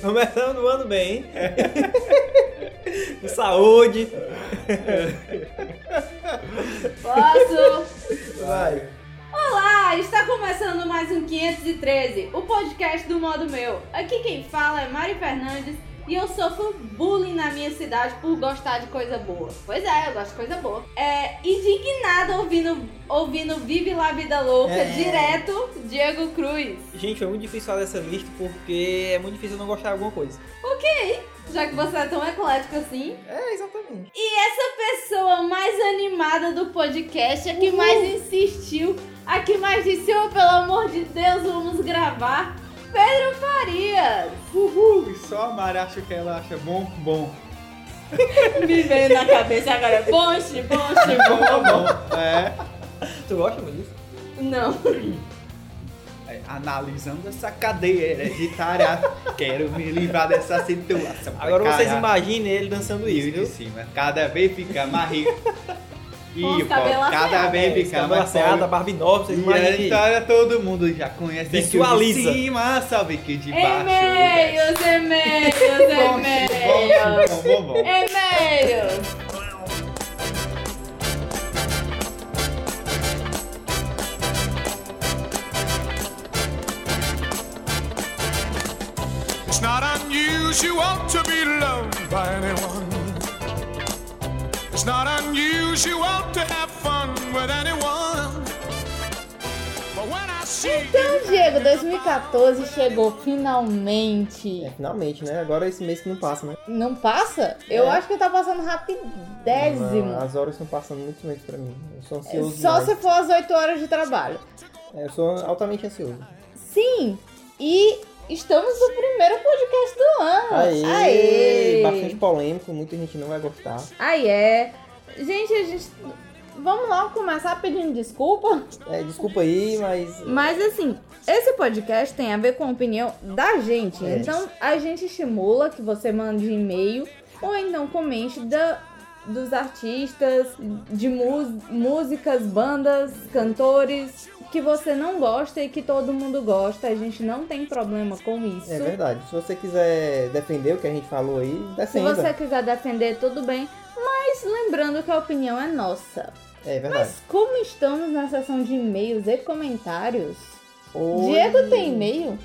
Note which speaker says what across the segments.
Speaker 1: Começamos o ano bem, hein? Com saúde.
Speaker 2: Posso?
Speaker 1: Vai.
Speaker 2: Olá, está começando mais um 513, o podcast do modo meu. Aqui quem fala é Mari Fernandes e eu sofro bullying na minha cidade por gostar de coisa boa. Pois é, eu gosto de coisa boa. É indignada ouvindo, ouvindo Vive lá Vida Louca,
Speaker 1: É.
Speaker 2: direto Diego Cruz.
Speaker 1: Gente, foi muito difícil fazer essa lista porque é muito difícil eu não gostar de alguma coisa.
Speaker 2: Ok, já que você é tão eclético assim.
Speaker 1: É, exatamente.
Speaker 2: A pessoa mais animada do podcast, a que mais insistiu, a que mais disse, oh, pelo amor de Deus, vamos gravar, Pedro Farias.
Speaker 3: Uhul! E só a Mari acha que ela acha bom, bom.
Speaker 2: Me veio na cabeça agora, poste, poste,
Speaker 3: Bom, bom. É.
Speaker 1: Tu gosta muito disso?
Speaker 2: Não,
Speaker 3: É, Analisando essa cadeia hereditária, quero me livrar dessa situação.
Speaker 1: Agora vocês
Speaker 3: Caralho.
Speaker 1: imaginem ele dançando isso,
Speaker 3: Isso de
Speaker 1: viu?
Speaker 3: cima. Cada vez fica mais rico. E
Speaker 2: Com os
Speaker 3: o
Speaker 2: cabelos
Speaker 3: pobre, cada
Speaker 2: afiados.
Speaker 3: vez
Speaker 1: Esse
Speaker 3: fica
Speaker 1: cabelo
Speaker 3: mais
Speaker 1: asseado, a
Speaker 3: pobre.
Speaker 1: barba enorme, vocês
Speaker 3: E tá? a
Speaker 1: imaginem.
Speaker 3: história todo mundo já conhece. que o
Speaker 1: Visualiza.
Speaker 3: De cima, sabe que de baixo. desce.
Speaker 2: e-mails, e-mails,
Speaker 3: Bom,
Speaker 2: e-mails,
Speaker 3: bom, bom, bom, bom.
Speaker 2: e-mails.
Speaker 4: It's not unusual to be loved by anyone. It's not unusual to have fun with anyone. But when I see you,
Speaker 2: Então, Diego, 2014 chegou finalmente.
Speaker 1: É, finalmente, né? Agora esse mês que não passa, né?
Speaker 2: Não passa? Eu
Speaker 1: É.
Speaker 2: acho que tá passando rapidésimo.
Speaker 1: Não, as horas estão passando muito lento pra mim. Eu sou ansioso.
Speaker 2: Só
Speaker 1: demais.
Speaker 2: se for às 8 horas de trabalho.
Speaker 1: É, Eu sou altamente ansioso.
Speaker 2: Sim, e estamos no primeiro podcast do ano.
Speaker 1: Aê!
Speaker 2: Ah, Aê!
Speaker 1: Bastante polêmico, muita gente não vai gostar.
Speaker 2: Aí é. Gente, a gente. Vamos logo começar pedindo desculpa.
Speaker 1: É, desculpa aí, mas.
Speaker 2: Mas assim, esse podcast tem a ver com a opinião da gente.
Speaker 1: É.
Speaker 2: Então a gente estimula que você mande e-mail ou então comente da- dos artistas, de mus- músicas, bandas, cantores que você não gosta e que todo mundo gosta. A gente não tem problema com isso.
Speaker 1: É verdade. Se você quiser defender o que a gente falou aí,
Speaker 2: Se
Speaker 1: defenda.
Speaker 2: você quiser defender, tudo bem. Mas lembrando que a opinião é nossa.
Speaker 1: É verdade.
Speaker 2: Mas como estamos na seção de e-mails e comentários,
Speaker 1: Ou-
Speaker 2: Diego tem e-mail?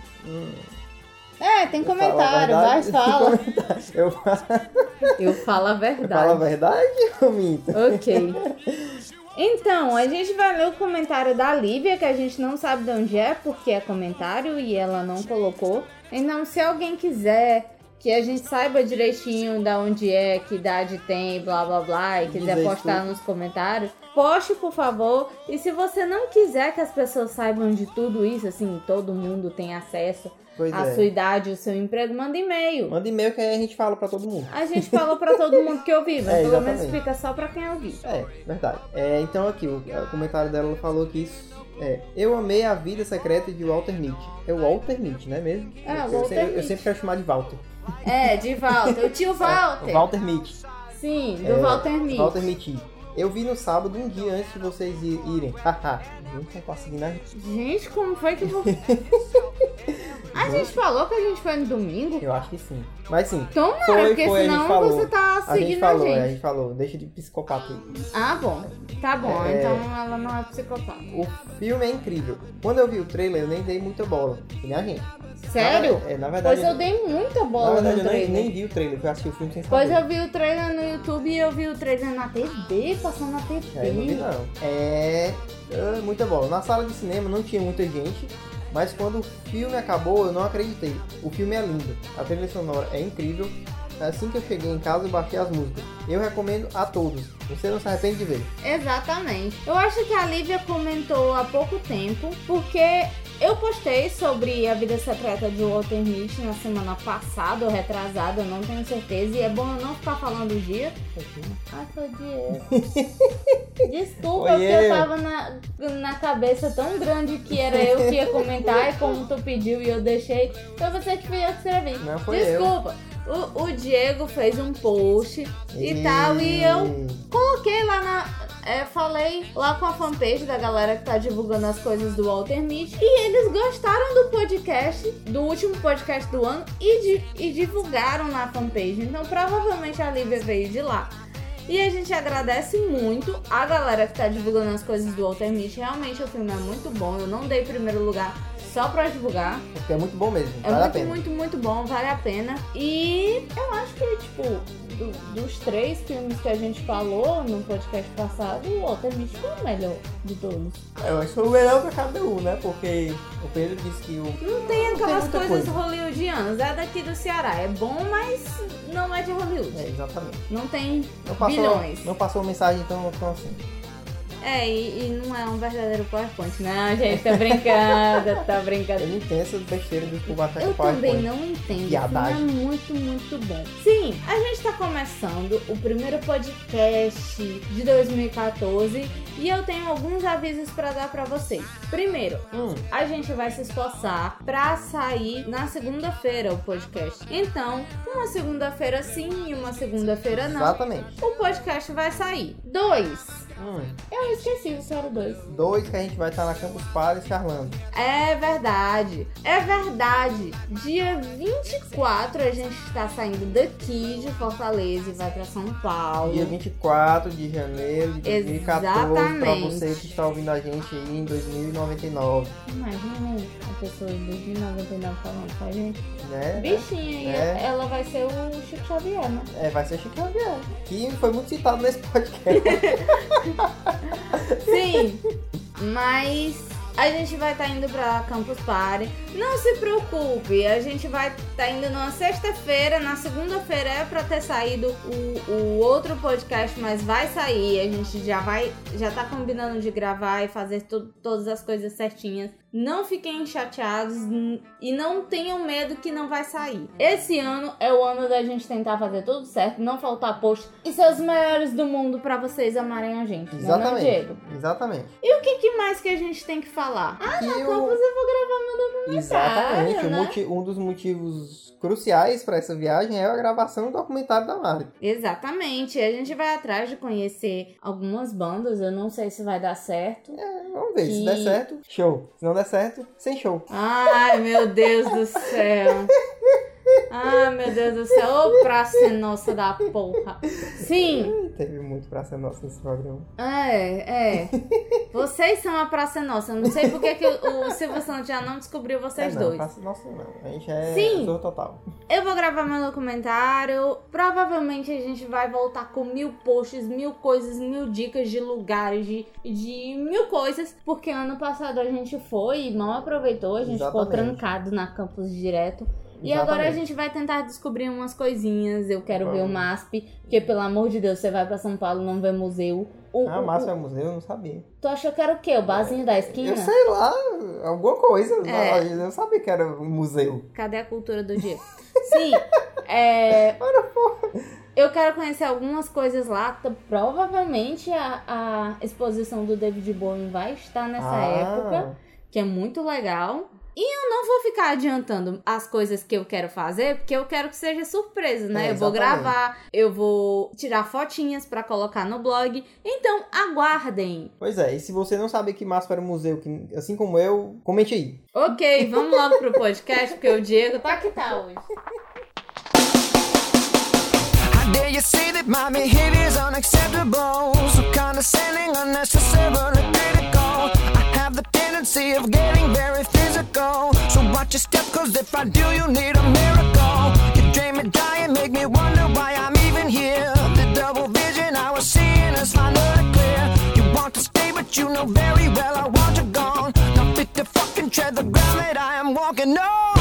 Speaker 2: É, tem
Speaker 1: Hum. Eu
Speaker 2: comentário,
Speaker 1: falo a
Speaker 2: vai,
Speaker 1: verdade?
Speaker 2: fala.
Speaker 1: Eu
Speaker 2: Eu
Speaker 1: falo,
Speaker 2: falo a
Speaker 1: eu falo a
Speaker 2: verdade.
Speaker 1: verdade ou minto?
Speaker 2: Ok. Então, a gente vai ler o comentário da Lívia, que a gente não sabe de onde é, porque é comentário e ela não colocou. Então, se alguém quiser que a gente saiba direitinho da onde é, que idade tem, blá blá blá, e quiser
Speaker 1: Dizer isso
Speaker 2: postar nos comentários, poste por favor. E se você não quiser que as pessoas saibam de tudo isso, assim, todo mundo tem acesso
Speaker 1: Pois
Speaker 2: à
Speaker 1: é.
Speaker 2: sua idade, o seu emprego, manda e-mail.
Speaker 1: Manda e-mail que aí a gente fala pra todo mundo.
Speaker 2: A gente falou pra todo mundo que ouvi, mas
Speaker 1: É,
Speaker 2: pelo
Speaker 1: exatamente.
Speaker 2: menos fica só pra quem ouvi.
Speaker 1: É, verdade. É, então aqui, o, o comentário dela ela falou que isso. É, eu amei a vida secreta de Walter Mitty. É o Walter Mitty, né mesmo?
Speaker 2: É,
Speaker 1: eu,
Speaker 2: Walter
Speaker 1: eu, eu
Speaker 2: Mitty.
Speaker 1: sempre quero chamar de Walter.
Speaker 2: É, de Walter. O tio Walter.
Speaker 1: É, Walter Mitty.
Speaker 2: Sim, do
Speaker 1: É,
Speaker 2: Walter Mitty.
Speaker 1: Walter Mitty. Eu vi no sábado, um dia antes de vocês i- irem. Haha, não tô conseguindo né?
Speaker 2: Gente, como foi que... vo- a gente falou que a gente foi no domingo?
Speaker 1: Eu acho que sim. Mas sim,
Speaker 2: Tomara,
Speaker 1: Foi,
Speaker 2: porque
Speaker 1: foi, a gente
Speaker 2: senão
Speaker 1: falou.
Speaker 2: você tá
Speaker 1: a gente
Speaker 2: seguindo a
Speaker 1: falou,
Speaker 2: gente.
Speaker 1: é, a gente falou. Deixa de psicopata aí.
Speaker 2: Ah, bom. Tá bom,
Speaker 1: É.
Speaker 2: então ela não é psicopata.
Speaker 1: O filme é incrível. Quando eu vi o trailer, eu nem dei muita bola. Que nem a gente.
Speaker 2: Sério?
Speaker 1: Na, é, na verdade.
Speaker 2: Pois eu dei muita
Speaker 1: na
Speaker 2: bola
Speaker 1: verdade,
Speaker 2: no
Speaker 1: eu nem,
Speaker 2: trailer.
Speaker 1: nem vi o trailer, eu assisti o filme sem saber.
Speaker 2: Pois eu vi o trailer no YouTube e eu vi o trailer na TV, passando na TV.
Speaker 1: Aí eu não vi, não. É. é, Muita bola. Na sala de cinema não tinha muita gente. Mas quando o filme acabou, eu não acreditei. O filme é lindo. A trilha sonora é incrível. Assim que eu cheguei em casa, eu baixei as músicas. Eu recomendo a todos. Você não se arrepende de ver.
Speaker 2: Exatamente. Eu acho que a Lívia comentou há pouco tempo, porque eu postei sobre a vida secreta de Walter Mitty na semana passada ou retrasada, eu não tenho certeza, e é bom eu não ficar falando o dia. Ah, foi o Diego. Desculpa,
Speaker 1: Foi
Speaker 2: porque eu
Speaker 1: eu.
Speaker 2: tava na, na cabeça tão grande que era eu que ia comentar, e como tu pediu e eu deixei, foi você que veio escrever.
Speaker 1: Não foi
Speaker 2: Desculpa. O, o Diego fez um post
Speaker 1: eu.
Speaker 2: e tal, e eu coloquei lá na. é, falei lá com a fanpage da galera que tá divulgando as coisas do Walter Mitty e eles gostaram do podcast, do último podcast do ano e, di- e divulgaram na fanpage. Então provavelmente a Lívia veio de lá. E a gente agradece muito a galera que tá divulgando as coisas do Walter Mitty. Realmente o filme é muito bom. Eu não dei primeiro lugar só pra divulgar.
Speaker 1: Porque é muito bom mesmo,
Speaker 2: É
Speaker 1: vale a
Speaker 2: muito,
Speaker 1: pena.
Speaker 2: muito, muito bom, vale a pena. E eu acho que, tipo, do- dos três filmes que a gente falou no podcast passado, o Walter Mitty foi o melhor de todos.
Speaker 1: Eu acho que foi o melhor pra cada um, né? Porque o Pedro disse que o
Speaker 2: Não tem aquelas
Speaker 1: muita
Speaker 2: coisas
Speaker 1: coisa.
Speaker 2: hollywoodianas, é daqui do Ceará. É bom, mas não é de Hollywood.
Speaker 1: É, exatamente.
Speaker 2: Não tem
Speaker 1: Não passou,
Speaker 2: bilhões.
Speaker 1: não passou mensagem tão, tão assim.
Speaker 2: É, e, e não é um verdadeiro PowerPoint. Não, gente, tá brincando, tá brincando.
Speaker 1: Eu não entendo essa besteira do povo achar que
Speaker 2: Eu
Speaker 1: o PowerPoint-
Speaker 2: também não entendo.
Speaker 1: Viadagem.
Speaker 2: Isso é muito, muito bom. Sim, a gente tá começando o primeiro podcast de 2014 e eu tenho alguns avisos pra dar pra vocês. Primeiro,
Speaker 1: Hum,
Speaker 2: a gente vai se esforçar pra sair na segunda-feira o podcast. Então, uma segunda-feira sim e uma segunda-feira não,
Speaker 1: exatamente.
Speaker 2: o podcast vai sair. Dois.
Speaker 1: Hum,
Speaker 2: Eu esqueci o era dois.
Speaker 1: dois que a gente vai estar na Campus Party charlando.
Speaker 2: É verdade, é verdade. Dia 24 a gente está saindo daqui de Fortaleza e vai para São Paulo.
Speaker 1: Dia 24 de janeiro de 2014, pra
Speaker 2: Exatamente.
Speaker 1: você que está ouvindo a gente aí em 2099,
Speaker 2: Imagina a pessoa de 2099 falando com a gente.
Speaker 1: né?
Speaker 2: Bichinha, e
Speaker 1: É.
Speaker 2: ela vai ser o Chico Xavier, né?
Speaker 1: É, vai ser Chico Xavier, que foi muito citado nesse podcast.
Speaker 2: Sim, mas a gente vai estar indo pra Campus Party. Não se preocupe, a gente vai estar indo numa sexta-feira. Na segunda-feira é pra ter saído o, o outro podcast, mas vai sair. A gente já vai, já tá combinando de gravar e fazer to- todas as coisas certinhas. Não fiquem chateados n- e não tenham medo que não vai sair. Esse ano é o ano da gente tentar fazer tudo certo, não faltar post e ser os melhores do mundo pra vocês amarem a gente. Não é,
Speaker 1: exatamente.
Speaker 2: Diego?
Speaker 1: Exatamente.
Speaker 2: E o que, que mais que a gente tem que falar? Ah,
Speaker 1: Que
Speaker 2: eu
Speaker 1: o-
Speaker 2: vou gravar meu
Speaker 1: Exatamente.
Speaker 2: Claro,
Speaker 1: um
Speaker 2: é né?
Speaker 1: motiv- Um dos motivos cruciais para essa viagem é a gravação do documentário da Marvel.
Speaker 2: Exatamente. A gente vai atrás de conhecer algumas bandas. Eu não sei se vai dar certo.
Speaker 1: Então, Vamos ver, se
Speaker 2: Que-
Speaker 1: der certo, show. Se não der certo, sem show.
Speaker 2: Ai, meu Deus do céu. Ai, meu Deus do céu. Ô, praça nossa da porra. Sim.
Speaker 1: Ih, Teve muito pra ser nosso nesse programa.
Speaker 2: É, é. Vocês são a praça nossa. Eu não sei porque que o o Silvio Santos já não descobriu vocês
Speaker 1: é, não,
Speaker 2: dois.
Speaker 1: pra ser nosso não. A gente é
Speaker 2: Sim.
Speaker 1: Sim. total.
Speaker 2: Eu vou gravar meu documentário. Provavelmente a gente vai voltar com mil posts, mil coisas, mil dicas de lugares, de, de mil coisas. Porque ano passado a gente foi e não aproveitou, a gente ficou
Speaker 1: Exatamente.
Speaker 2: trancado na campus direto. E agora a gente vai tentar descobrir umas coisinhas. Eu quero ver o
Speaker 1: Vamos.
Speaker 2: MASP, porque pelo amor de Deus, você vai pra São Paulo não vê museu. O,
Speaker 1: Ah,
Speaker 2: o-
Speaker 1: massa é museu, eu não sabia.
Speaker 2: o- tu achou que era o quê? O barzinho da esquina?
Speaker 1: Eu sei lá, alguma coisa.
Speaker 2: É.
Speaker 1: mas Eu sabia que era um museu.
Speaker 2: Cadê a cultura do dia? Sim, é. Eu quero conhecer algumas coisas lá. T- Provavelmente a, a exposição do David Bowie vai estar nessa
Speaker 1: Ah.
Speaker 2: época, que é muito legal. E eu não vou ficar adiantando as coisas que eu quero fazer, porque eu quero que seja surpresa, né?
Speaker 1: É,
Speaker 2: eu vou
Speaker 1: exatamente.
Speaker 2: gravar, eu vou tirar fotinhas pra colocar no blog. Então, aguardem.
Speaker 1: Pois é, e se você não sabia que massa era um museu, que, assim como eu, comente aí.
Speaker 2: Ok, vamos logo pro podcast, porque o Diego tá que tá hoje.
Speaker 4: How dare you say that my behavior's unacceptable? So condescending, unnecessarily critical. I have the tendency of getting very physical. So watch your step, cause if I do, you need a miracle. You drain me dry and make me wonder why I'm even here. The double vision I was seeing is finally clear. You want to stay, but you know very well I want you gone. Not fit to fucking tread the ground that I am walking on.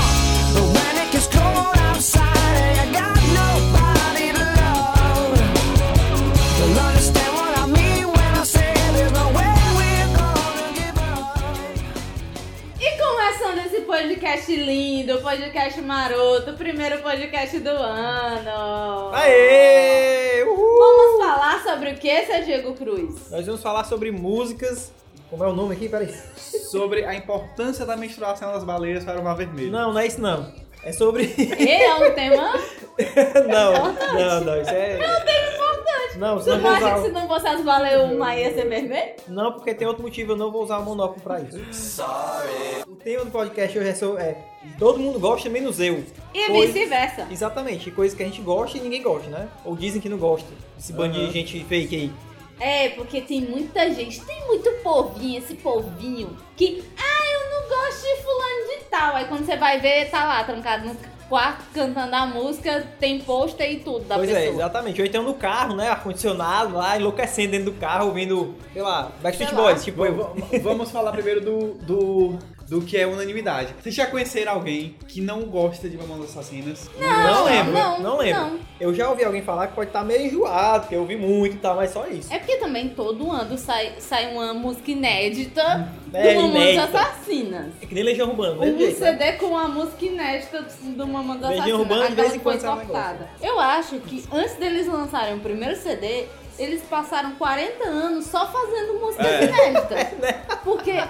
Speaker 4: But when it gets cold outside, and you got nobody to love. You'll understand what I mean when I say there's no way we're gonna give up.
Speaker 2: E começando esse podcast lindo, podcast maroto, primeiro podcast do ano.
Speaker 3: Aê! Uhul!
Speaker 2: Vamos falar sobre o que, seu Diego Cruz?
Speaker 3: Nós vamos falar sobre músicas,
Speaker 1: Como é o nome aqui? Peraí.
Speaker 3: sobre a importância da menstruação das baleias para o mar vermelho.
Speaker 5: Não, não é isso não. É sobre.
Speaker 2: E é um tema
Speaker 5: não, não, não. Isso é.
Speaker 2: importante,
Speaker 1: Não,
Speaker 2: Tu
Speaker 1: eu
Speaker 2: não
Speaker 1: vou usar.
Speaker 2: acha que se não fosse as Valeuma ia ser vermelho?
Speaker 1: Não, porque tem outro motivo, eu não vou usar o monóculo pra isso. Sorry. O tema do podcast hoje é, sobre- é todo mundo gosta, menos eu.
Speaker 2: E
Speaker 1: Pois-
Speaker 2: vice-versa.
Speaker 1: Exatamente, coisas que a gente gosta e ninguém gosta, né? Ou dizem que não gosta. Esse bando de gente fake aí.
Speaker 2: É, porque tem muita gente, tem muito povinho, esse povinho, que, ah, eu não gosto de fulano de tal. Aí quando você vai ver, tá lá, trancado no quarto, cantando a música, tem pôster e tudo da
Speaker 1: pois é,
Speaker 2: pessoa.
Speaker 1: exatamente. Ou então no carro, né? Ar-condicionado, lá enlouquecendo dentro do carro, ouvindo, sei lá, Backstreet
Speaker 2: Sei lá.
Speaker 1: Boys, tipo eu.
Speaker 3: V- Vamos falar primeiro do, do, do que é unanimidade. Vocês já conheceram alguém que não gosta de Mamonas Assassinas?
Speaker 1: Não, lembro,
Speaker 2: não,
Speaker 1: lembro.
Speaker 2: não.
Speaker 1: Eu já ouvi alguém falar que pode estar meio enjoado, que eu ouvi muito e tal, mas só isso.
Speaker 2: É porque também todo ano sai, sai uma música inédita
Speaker 1: É,
Speaker 2: do Mamãe
Speaker 1: inédita.
Speaker 2: dos Assassinas.
Speaker 1: É que nem Legião Urbana, né?
Speaker 2: Um
Speaker 1: jeito, né?
Speaker 2: CD com a música inédita do Mamãe dos
Speaker 1: Beijinho
Speaker 2: Assassinos.
Speaker 1: urbano, de vez em
Speaker 2: Aquela que foi
Speaker 1: quando sai um
Speaker 2: importada. Eu acho que antes deles lançarem o primeiro CD, eles passaram 40 anos só fazendo músicas
Speaker 1: É. né?
Speaker 2: inéditas. Porque a-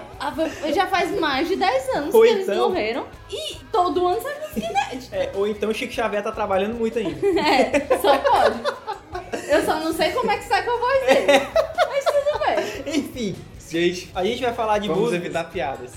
Speaker 2: já faz mais de 10 anos
Speaker 1: Ou
Speaker 2: que eles
Speaker 1: então-
Speaker 2: morreram e todo ano sai música inédita.
Speaker 1: É, ou então o Chico Xavier tá trabalhando muito ainda.
Speaker 2: É, só pode. Eu só não sei como é que sai com a voz dele. Mas tudo bem.
Speaker 1: Enfim,
Speaker 3: Gente,
Speaker 1: a gente vai falar de
Speaker 3: vamos
Speaker 1: músicas.
Speaker 3: evitar piadas.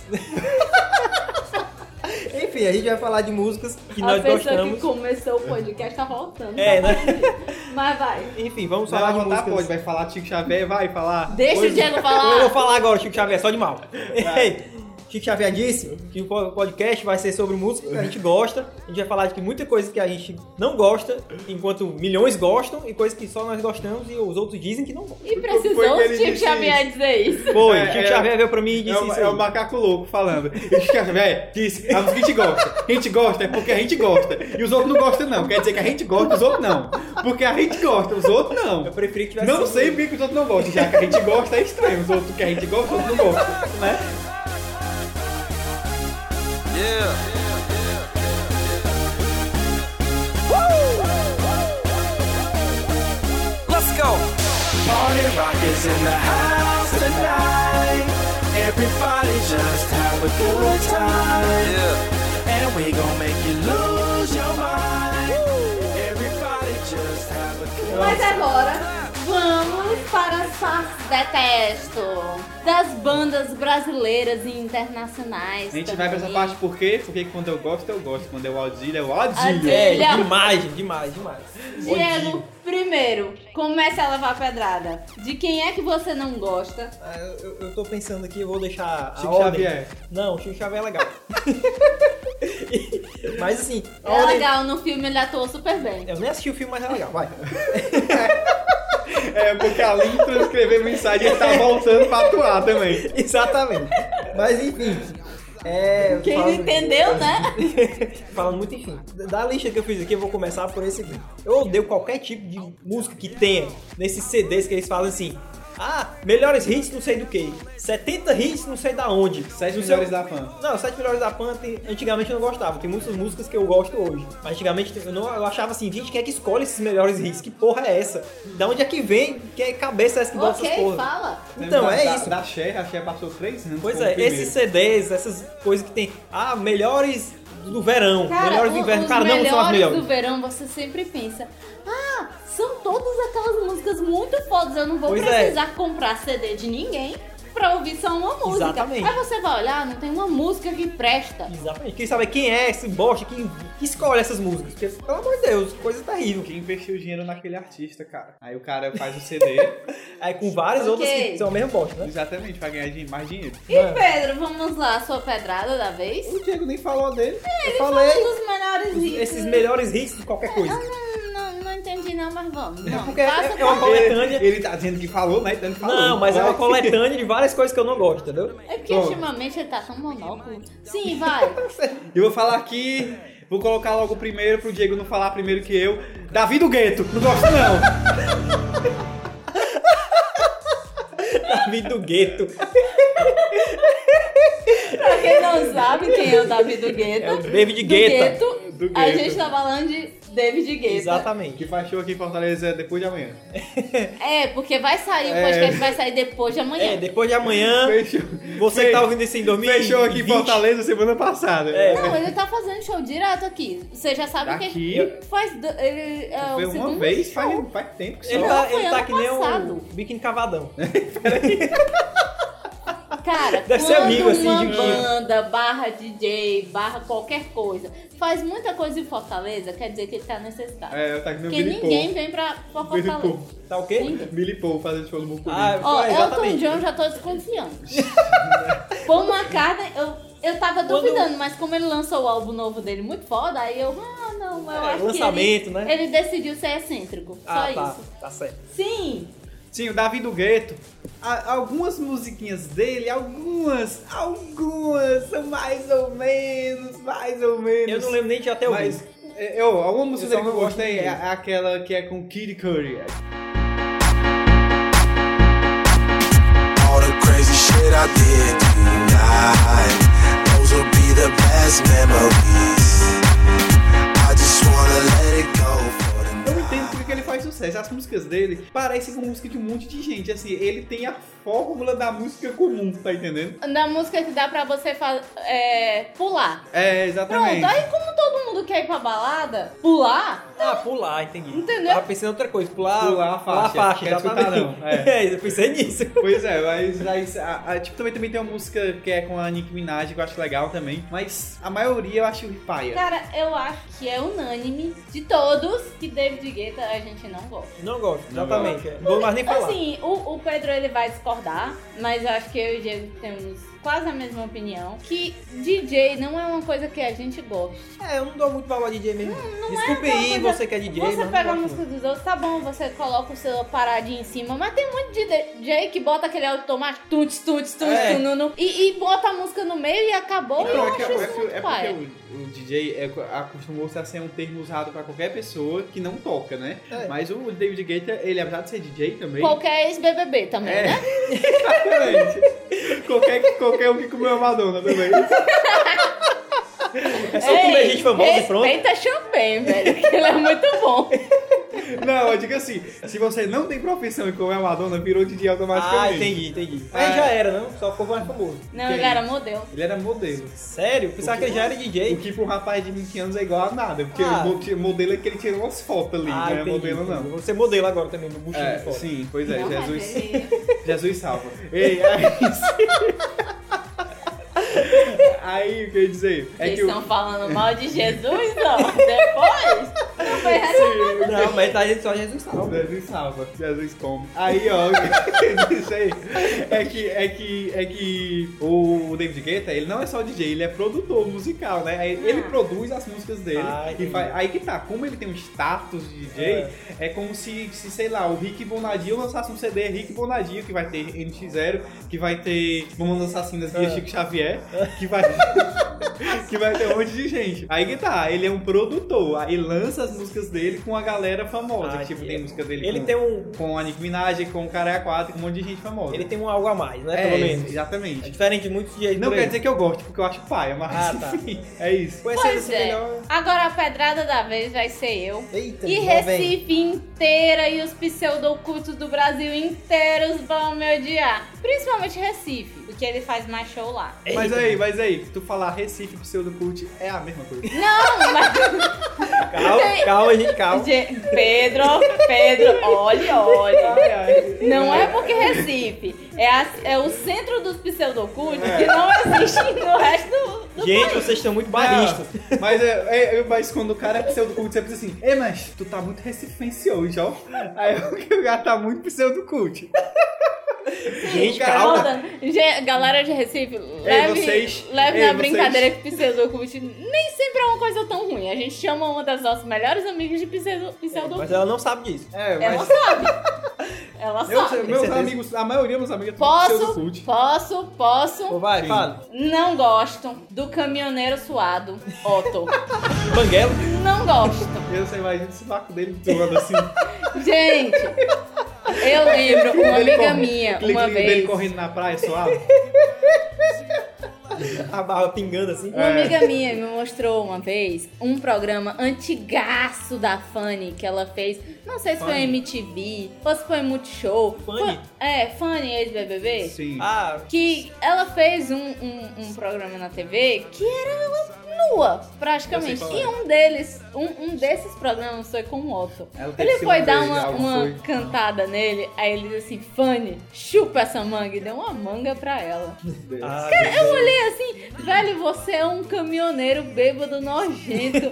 Speaker 1: Enfim, a gente vai falar de músicas que
Speaker 2: a
Speaker 1: nós
Speaker 2: pessoa
Speaker 1: gostamos.
Speaker 2: que começou o podcast tá voltando.
Speaker 1: É,
Speaker 2: tá
Speaker 1: né?
Speaker 2: voltando. Mas vai.
Speaker 1: Enfim, vamos
Speaker 3: Vai
Speaker 1: falar de
Speaker 3: votar,
Speaker 1: músicas.
Speaker 3: pode, vai falar Chico Xavier, vai falar.
Speaker 2: Deixa o
Speaker 1: Pois-
Speaker 2: Diego
Speaker 1: Eu vou
Speaker 2: falar.
Speaker 1: falar agora, Chico Xavier, só de mal. Chico Xavier disse que o po- podcast vai ser sobre música que a gente gosta. A gente vai falar de muita coisa que a gente não gosta, enquanto milhões gostam, e coisas que só nós gostamos e os outros dizem que não gostam.
Speaker 2: E
Speaker 3: Foi
Speaker 2: precisou
Speaker 3: que ele
Speaker 2: o Chico
Speaker 3: disse
Speaker 2: Xavier dizer isso.
Speaker 1: Foi,
Speaker 3: É,
Speaker 1: Chico
Speaker 3: é-
Speaker 1: Xavier veio pra mim e disse
Speaker 3: É o,
Speaker 1: isso.
Speaker 3: é o
Speaker 1: aí.
Speaker 3: macaco louco falando. E o Chico Xavier disse, a música que a gente gosta. A gente gosta é porque a gente gosta. E os outros não gostam, não. Quer dizer que a gente gosta, os outros não. Porque a gente gosta, os outros
Speaker 1: Eu
Speaker 3: não.
Speaker 1: preferi que um tivesse.
Speaker 3: Não
Speaker 1: sido-
Speaker 3: sei porque que os outros não gostam, já que a gente gosta é estranho. Os outros que a gente gosta, os outros não gostam, né?
Speaker 6: Let's go.
Speaker 7: Party rock is in the house tonight. Everybody just have a good time. And we gon' make you lose your mind. Everybody just have a good
Speaker 2: Mas agora, vamos para as partes detesto das bandas brasileiras e internacionais.
Speaker 3: A gente vai pra essa parte por quê? Porque quando eu gosto, eu gosto. Quando é eu auxílio, eu auxílio.
Speaker 2: Adilho.
Speaker 1: É, demais, demais, demais.
Speaker 2: Diego, primeiro, comece a levar pedrada. De quem é que você não gosta?
Speaker 1: Ah, eu- Eu, eu tô pensando aqui, eu vou deixar a
Speaker 3: Chico
Speaker 1: ordem.
Speaker 3: Xavier.
Speaker 1: Não, Chico Xavier é legal. Mas assim, a
Speaker 2: É
Speaker 1: ordem...
Speaker 2: legal, no filme ele atuou super bem.
Speaker 1: Eu nem assisti o filme, mas é legal, vai.
Speaker 3: É, porque além de transcrever mensagem, ele tá voltando pra atuar também.
Speaker 1: Exatamente. Mas enfim. É,
Speaker 2: Quem não
Speaker 1: falando-
Speaker 2: entendeu, né?
Speaker 1: Falando muito enfim. Da lista que eu fiz aqui, eu vou começar por esse aqui. Eu odeio qualquer tipo de música que tenha nesses CDs que eles falam assim. Ah, melhores hits não sei do que. 70 hits não sei da onde.
Speaker 3: Sete
Speaker 1: Não sei-
Speaker 3: melhores da fã.
Speaker 1: Não, Sete Melhores da Pan, tem- antigamente eu não gostava. Tem muitas músicas que eu gosto hoje. Mas antigamente eu, não, eu achava assim, gente, quem é que escolhe esses melhores hits? Que porra é essa? Da onde é que vem? Que cabeça é essa que bota essas
Speaker 2: ok,
Speaker 1: porras?
Speaker 2: fala.
Speaker 1: Então,
Speaker 3: Lembra
Speaker 1: é
Speaker 3: da,
Speaker 1: isso.
Speaker 3: Da Cher, a Cher passou três anos.
Speaker 1: Pois
Speaker 3: como
Speaker 1: é,
Speaker 3: primeiro.
Speaker 1: esses CDs, essas coisas que tem. Ah, melhores do verão,
Speaker 2: Cara,
Speaker 1: melhores do
Speaker 2: o-
Speaker 1: inverno. um
Speaker 2: os
Speaker 1: Cara, não
Speaker 2: melhores
Speaker 1: são as melhores.
Speaker 2: do verão, você sempre pensa, ah, são todas aquelas músicas muito fodas, eu não vou
Speaker 1: Pois é.
Speaker 2: precisar comprar CD de ninguém pra ouvir só uma música.
Speaker 1: Exatamente.
Speaker 2: Aí você vai olhar, não tem uma música que presta.
Speaker 1: Exatamente. Quem sabe quem é esse bosta, quem, que escolhe essas músicas? Porque, pelo amor de Deus, coisa terrível.
Speaker 3: Quem investiu dinheiro naquele artista, cara? Aí o cara faz o CD,
Speaker 1: Aí É, com várias
Speaker 2: Ok.
Speaker 1: outras que são a mesma bosta, né?
Speaker 3: exatamente, pra ganhar din- mais dinheiro.
Speaker 2: E Pedro, vamos lá, sua pedrada da vez?
Speaker 3: O Diego nem falou dele.
Speaker 2: É,
Speaker 1: Eu falei
Speaker 2: Os melhores
Speaker 1: os-
Speaker 2: hits.
Speaker 1: esses melhores hits de qualquer coisa.
Speaker 2: Eu não, não, não entendi não, mas vamos. Não,
Speaker 1: porque
Speaker 2: passa
Speaker 1: é- é uma
Speaker 2: pra-
Speaker 1: coletânea.
Speaker 3: Ele, ele tá dizendo que falou, né? Então ele falou.
Speaker 1: Não, mas é uma
Speaker 3: Vai.
Speaker 1: coletânea de várias coisas que eu não gosto, entendeu?
Speaker 2: É porque
Speaker 3: Toma.
Speaker 2: ultimamente ele tá tão monóculo. Sim, vai.
Speaker 3: Eu vou falar aqui, vou colocar logo o primeiro pro Diego não falar primeiro que eu. Davi do Gueto, não gosto não.
Speaker 1: Davi do Gueto.
Speaker 2: pra quem não sabe quem é o Davi do Gueto.
Speaker 1: É o David
Speaker 2: do
Speaker 1: Guetta.
Speaker 2: Gueto,
Speaker 3: Do
Speaker 2: A
Speaker 3: Gueto.
Speaker 2: gente tá falando de David Guetta.
Speaker 3: Que
Speaker 1: Exatamente.
Speaker 3: faz show aqui em Fortaleza depois de amanhã.
Speaker 2: É, porque vai sair, o
Speaker 3: É.
Speaker 2: podcast vai sair depois de amanhã.
Speaker 1: É, depois de amanhã,
Speaker 3: Fechou.
Speaker 1: você que tá ouvindo isso em 2020...
Speaker 3: Fechou aqui em Fortaleza semana passada.
Speaker 1: É.
Speaker 2: Não, ele tá fazendo show direto aqui. Você já sabe
Speaker 3: Daqui?
Speaker 2: que ele faz. do- Ele, é, o
Speaker 3: Foi uma
Speaker 2: segundo
Speaker 3: vez,
Speaker 2: show.
Speaker 3: faz, faz tempo que
Speaker 1: Ele
Speaker 3: só.
Speaker 1: tá,
Speaker 2: foi
Speaker 1: ele tá
Speaker 2: ano
Speaker 1: que nem o
Speaker 2: passado.
Speaker 1: biquíni cavadão.
Speaker 2: Cara,
Speaker 1: Deve ser
Speaker 2: quando
Speaker 1: amigo, assim,
Speaker 2: uma
Speaker 1: de quem-
Speaker 2: banda, barra DJ, barra qualquer coisa, faz muita coisa em Fortaleza, quer dizer que ele tá necessitado.
Speaker 3: É, tá aqui no
Speaker 2: Porque
Speaker 3: Billy
Speaker 2: ninguém vem pra pra
Speaker 3: Paul. Billy
Speaker 2: Fortaleza.
Speaker 3: Paul.
Speaker 1: Tá o quê?
Speaker 2: Ninguém.
Speaker 3: Billy Paul fazendo show no Mucuri.
Speaker 1: Ah,
Speaker 2: Ó,
Speaker 1: é,
Speaker 2: Elton
Speaker 1: exatamente.
Speaker 2: John eu já tô desconfiando. Paul McCartney, eu, eu tava
Speaker 1: Quando-
Speaker 2: duvidando, mas como ele lançou o álbum novo dele muito foda, aí eu, ah, não, eu
Speaker 1: É,
Speaker 2: acho que
Speaker 1: lançamento,
Speaker 2: ele,
Speaker 1: né?
Speaker 2: ele decidiu ser excêntrico.
Speaker 1: Ah,
Speaker 2: só
Speaker 1: tá.
Speaker 2: isso.
Speaker 1: Tá certo.
Speaker 2: Sim,
Speaker 3: Sim, o Davi do Gueto. A- algumas musiquinhas dele, algumas, algumas são mais ou menos, mais ou menos.
Speaker 1: Eu não lembro nem de até ouvir.
Speaker 3: Mas é, eu, alguma música
Speaker 1: Eu só
Speaker 3: dele que
Speaker 1: não
Speaker 3: eu
Speaker 1: gosto
Speaker 3: gostei é
Speaker 1: muito.
Speaker 3: é aquela que é com Kid Curry.
Speaker 8: All the crazy shit I did tonight. Those will be the best memories. I just wanna let it go for the
Speaker 3: Eu entendo porque que ele faz sucesso. As músicas dele parecem com música de um monte de gente. Assim, ele tem a fórmula da música comum, tá entendendo?
Speaker 2: na música que dá pra você fa- é, pular.
Speaker 3: É,
Speaker 2: Pronto,
Speaker 3: exatamente.
Speaker 2: aí como todo mundo quer ir pra balada, pular,
Speaker 1: Ah, pular, entendi.
Speaker 2: Entendeu?
Speaker 1: Tava pensando em outra coisa, pular,
Speaker 3: Pular a faixa.
Speaker 1: Pular a faixa,
Speaker 3: Quer escutar,
Speaker 1: exatamente.
Speaker 3: não, é.
Speaker 1: eu pensei nisso.
Speaker 3: Pois é, mas aí, a- a- tipo, também, também tem uma música que é com a Nick Minaj, que eu acho legal também. Mas a maioria eu acho paia.
Speaker 2: cara, eu acho que é unânime de todos que David Guetta a gente não gosta.
Speaker 1: Não gosto,
Speaker 3: Não
Speaker 1: exatamente. Não vou mais nem falar.
Speaker 2: Assim, o, o Pedro ele vai discordar, mas eu acho que eu e o Diego temos quase a mesma opinião. Que DJ não é uma coisa que a gente gosta.
Speaker 1: É, eu não dou muito valor a DJ mesmo.
Speaker 2: Hum,
Speaker 1: Desculpe
Speaker 2: uma
Speaker 1: aí,
Speaker 2: coisa-
Speaker 1: você que é DJ, mas
Speaker 2: você
Speaker 1: não
Speaker 2: pega a
Speaker 1: gosto
Speaker 2: música
Speaker 1: muito.
Speaker 2: dos outros, tá bom, você coloca o seu paradinho em cima, mas tem muito DJ que bota aquele automático, tuts, tuts, tuts,
Speaker 1: É.
Speaker 2: tununu, e, e bota a música no meio e acabou.
Speaker 3: Então,
Speaker 2: eu
Speaker 3: é, que-
Speaker 2: acho
Speaker 3: é
Speaker 2: isso
Speaker 3: que-
Speaker 2: muito
Speaker 3: é
Speaker 2: paia.
Speaker 3: porque o, o DJ é, acostumou-se a ser um termo usado pra qualquer pessoa que não toca, né?
Speaker 1: É.
Speaker 3: Mas o David Guetta, ele apesar de ser DJ também...
Speaker 2: Qualquer ex-BBB também,
Speaker 3: É,
Speaker 2: né?
Speaker 3: exatamente. qualquer, qualquer um que comeu a Madonna também.
Speaker 1: É só comer gente famosa e pronto.
Speaker 2: né? Respeita champanhe, velho, que ele é muito bom.
Speaker 3: Não, eu digo assim, se você não tem profissão e comeu a Madonna, virou DJ
Speaker 1: Ah,
Speaker 3: automaticamente.
Speaker 1: entendi, entendi. Aí já
Speaker 3: É.
Speaker 1: era, não? Só ficou mais famoso.
Speaker 2: Não,
Speaker 3: Quem?
Speaker 2: ele era modelo.
Speaker 3: Ele era modelo.
Speaker 1: Sério? Pensava que ele já era DJ.
Speaker 3: O que pra um rapaz de 20 anos é igual a nada, porque
Speaker 1: Ah.
Speaker 3: o mo- modelo é que ele tirou umas fotos ali,
Speaker 1: Ah,
Speaker 3: não é
Speaker 1: entendi,
Speaker 3: modelo
Speaker 1: entendi.
Speaker 3: não.
Speaker 1: Vou ser modelo agora também, no buchinho
Speaker 3: É,
Speaker 1: de fora.
Speaker 3: sim, pois é,
Speaker 2: Não, mas
Speaker 3: Jesus.
Speaker 2: ele-
Speaker 3: Jesus salva. Ei, é aí, aí o que eu ia dizer? É
Speaker 2: Vocês
Speaker 3: que o,
Speaker 2: estão falando mal de Jesus, não? Depois? Não foi errado.
Speaker 1: Não, mas tá gente só Jesus salva.
Speaker 3: Jesus salva, Jesus come. Aí, ó, o que eu ia dizer é que, é que, é que o David Guetta, ele não é só DJ, ele é produtor musical, né? Aí Ele
Speaker 2: Ah.
Speaker 3: produz as músicas dele.
Speaker 1: Ah,
Speaker 3: e
Speaker 1: entendi.
Speaker 3: faz, aí que tá, como ele tem um status de DJ, é,
Speaker 1: É.
Speaker 3: como se, se, sei lá, o Rick Bonadio lançasse um CD Rick Bonadio, que vai ter NX0, que vai ter Mamonas Assassinas e
Speaker 1: É.
Speaker 3: Chico Xavier, que vai... que vai ter um monte de gente. Aí que tá, ele é um produtor, aí lança as músicas dele com a galera famosa,
Speaker 1: Ah,
Speaker 3: que tipo,
Speaker 1: que-
Speaker 3: tem música dele
Speaker 1: Ele
Speaker 3: com-
Speaker 1: tem um.
Speaker 3: com a Nick Minaj, com o Cara 4, com um monte de gente famosa.
Speaker 1: Ele tem um algo a mais, né?
Speaker 3: é,
Speaker 1: Pelo menos. É
Speaker 3: Exatamente.
Speaker 1: diferente de muitos DJs.
Speaker 3: Não
Speaker 1: por
Speaker 3: quer
Speaker 1: aí.
Speaker 3: dizer que eu gosto, porque eu acho paia, mas
Speaker 1: Ah, tá.
Speaker 3: enfim, é isso.
Speaker 1: Conhecendo
Speaker 2: Pois
Speaker 1: esse
Speaker 2: é.
Speaker 1: melhor.
Speaker 2: Agora a pedrada da vez vai ser eu.
Speaker 1: Eita,
Speaker 2: E
Speaker 1: lá vem.
Speaker 2: Recife inteira e os pseudocultos do Brasil inteiros vão me odiar. Principalmente Recife, porque ele faz mais show lá.
Speaker 3: Mas aí, mas aí, tu falar Recife pro seu do cult é a mesma coisa.
Speaker 2: Não, mas né?
Speaker 1: Calma, calma, gente, calma.
Speaker 2: Gente, Pedro, Pedro, olhe, olhe. Não é porque Recife é, a- é o centro dos pseudocultos que
Speaker 3: É.
Speaker 2: não existe no resto do, do
Speaker 1: Gente, vocês estão muito baristas.
Speaker 3: Não, mas, é, é, é, mas quando o cara é pseudocult, você pensa assim, Ei, mas tu tá muito recifense hoje, ó. Aí o cara tá muito pseudocult.
Speaker 1: Gente,
Speaker 3: Cara,
Speaker 1: calma.
Speaker 2: Volta. Ge- Galera de Recife, leve,
Speaker 3: vocês.
Speaker 2: leve
Speaker 3: Ei,
Speaker 2: na
Speaker 3: vocês.
Speaker 2: brincadeira que pseudocult nem sempre é uma coisa tão ruim. A gente chama uma das nossas melhores amigas de pseudo,
Speaker 1: Mas
Speaker 2: pseudocult.
Speaker 1: ela não sabe disso.
Speaker 3: É,
Speaker 2: ela
Speaker 3: mas...
Speaker 2: sabe. Ela
Speaker 3: Eu,
Speaker 2: sabe.
Speaker 3: meus
Speaker 1: certeza.
Speaker 3: amigos, a maioria dos meus amigos é tudo
Speaker 2: Posso,
Speaker 3: pseudocult.
Speaker 2: posso,
Speaker 1: Pô,
Speaker 2: posso.
Speaker 1: vai,
Speaker 3: Sim.
Speaker 1: fala.
Speaker 2: Não gosto do caminhoneiro suado, Otto.
Speaker 1: Banguelo.
Speaker 2: Não gosto.
Speaker 3: Eu sei, imagina esse vácuo dele zoando assim.
Speaker 2: Gente, eu lembro uma
Speaker 3: Ele
Speaker 2: amiga
Speaker 3: corre-
Speaker 2: minha
Speaker 3: clique
Speaker 2: uma
Speaker 3: dele
Speaker 2: vez.
Speaker 3: correndo na praia suave.
Speaker 1: A barba pingando assim.
Speaker 3: É.
Speaker 2: Uma amiga minha me mostrou uma vez um programa antigaço da Fanny que ela fez. Não sei se foi
Speaker 1: Fanny.
Speaker 2: MTV ou se foi Multishow.
Speaker 1: Fanny?
Speaker 2: Foi- É, Fanny, ex-BBB.
Speaker 3: Sim.
Speaker 1: Ah,
Speaker 2: Que ela fez um, um- um programa na TV que era ela nua, praticamente.
Speaker 1: Eu sei
Speaker 2: E
Speaker 1: qual
Speaker 2: um deles, um, um desses programas foi com o Otto.
Speaker 3: Ela teve
Speaker 2: Ele
Speaker 3: que
Speaker 2: foi
Speaker 3: uma
Speaker 2: dar
Speaker 3: vez,
Speaker 2: uma,
Speaker 3: algo
Speaker 2: uma
Speaker 3: foi.
Speaker 2: cantada nele, aí ele disse assim, Fanny, chupa essa manga. E deu uma manga pra ela.
Speaker 3: É.
Speaker 1: ah,
Speaker 2: Eu olhei assim, velho, você é um caminhoneiro bêbado nojento.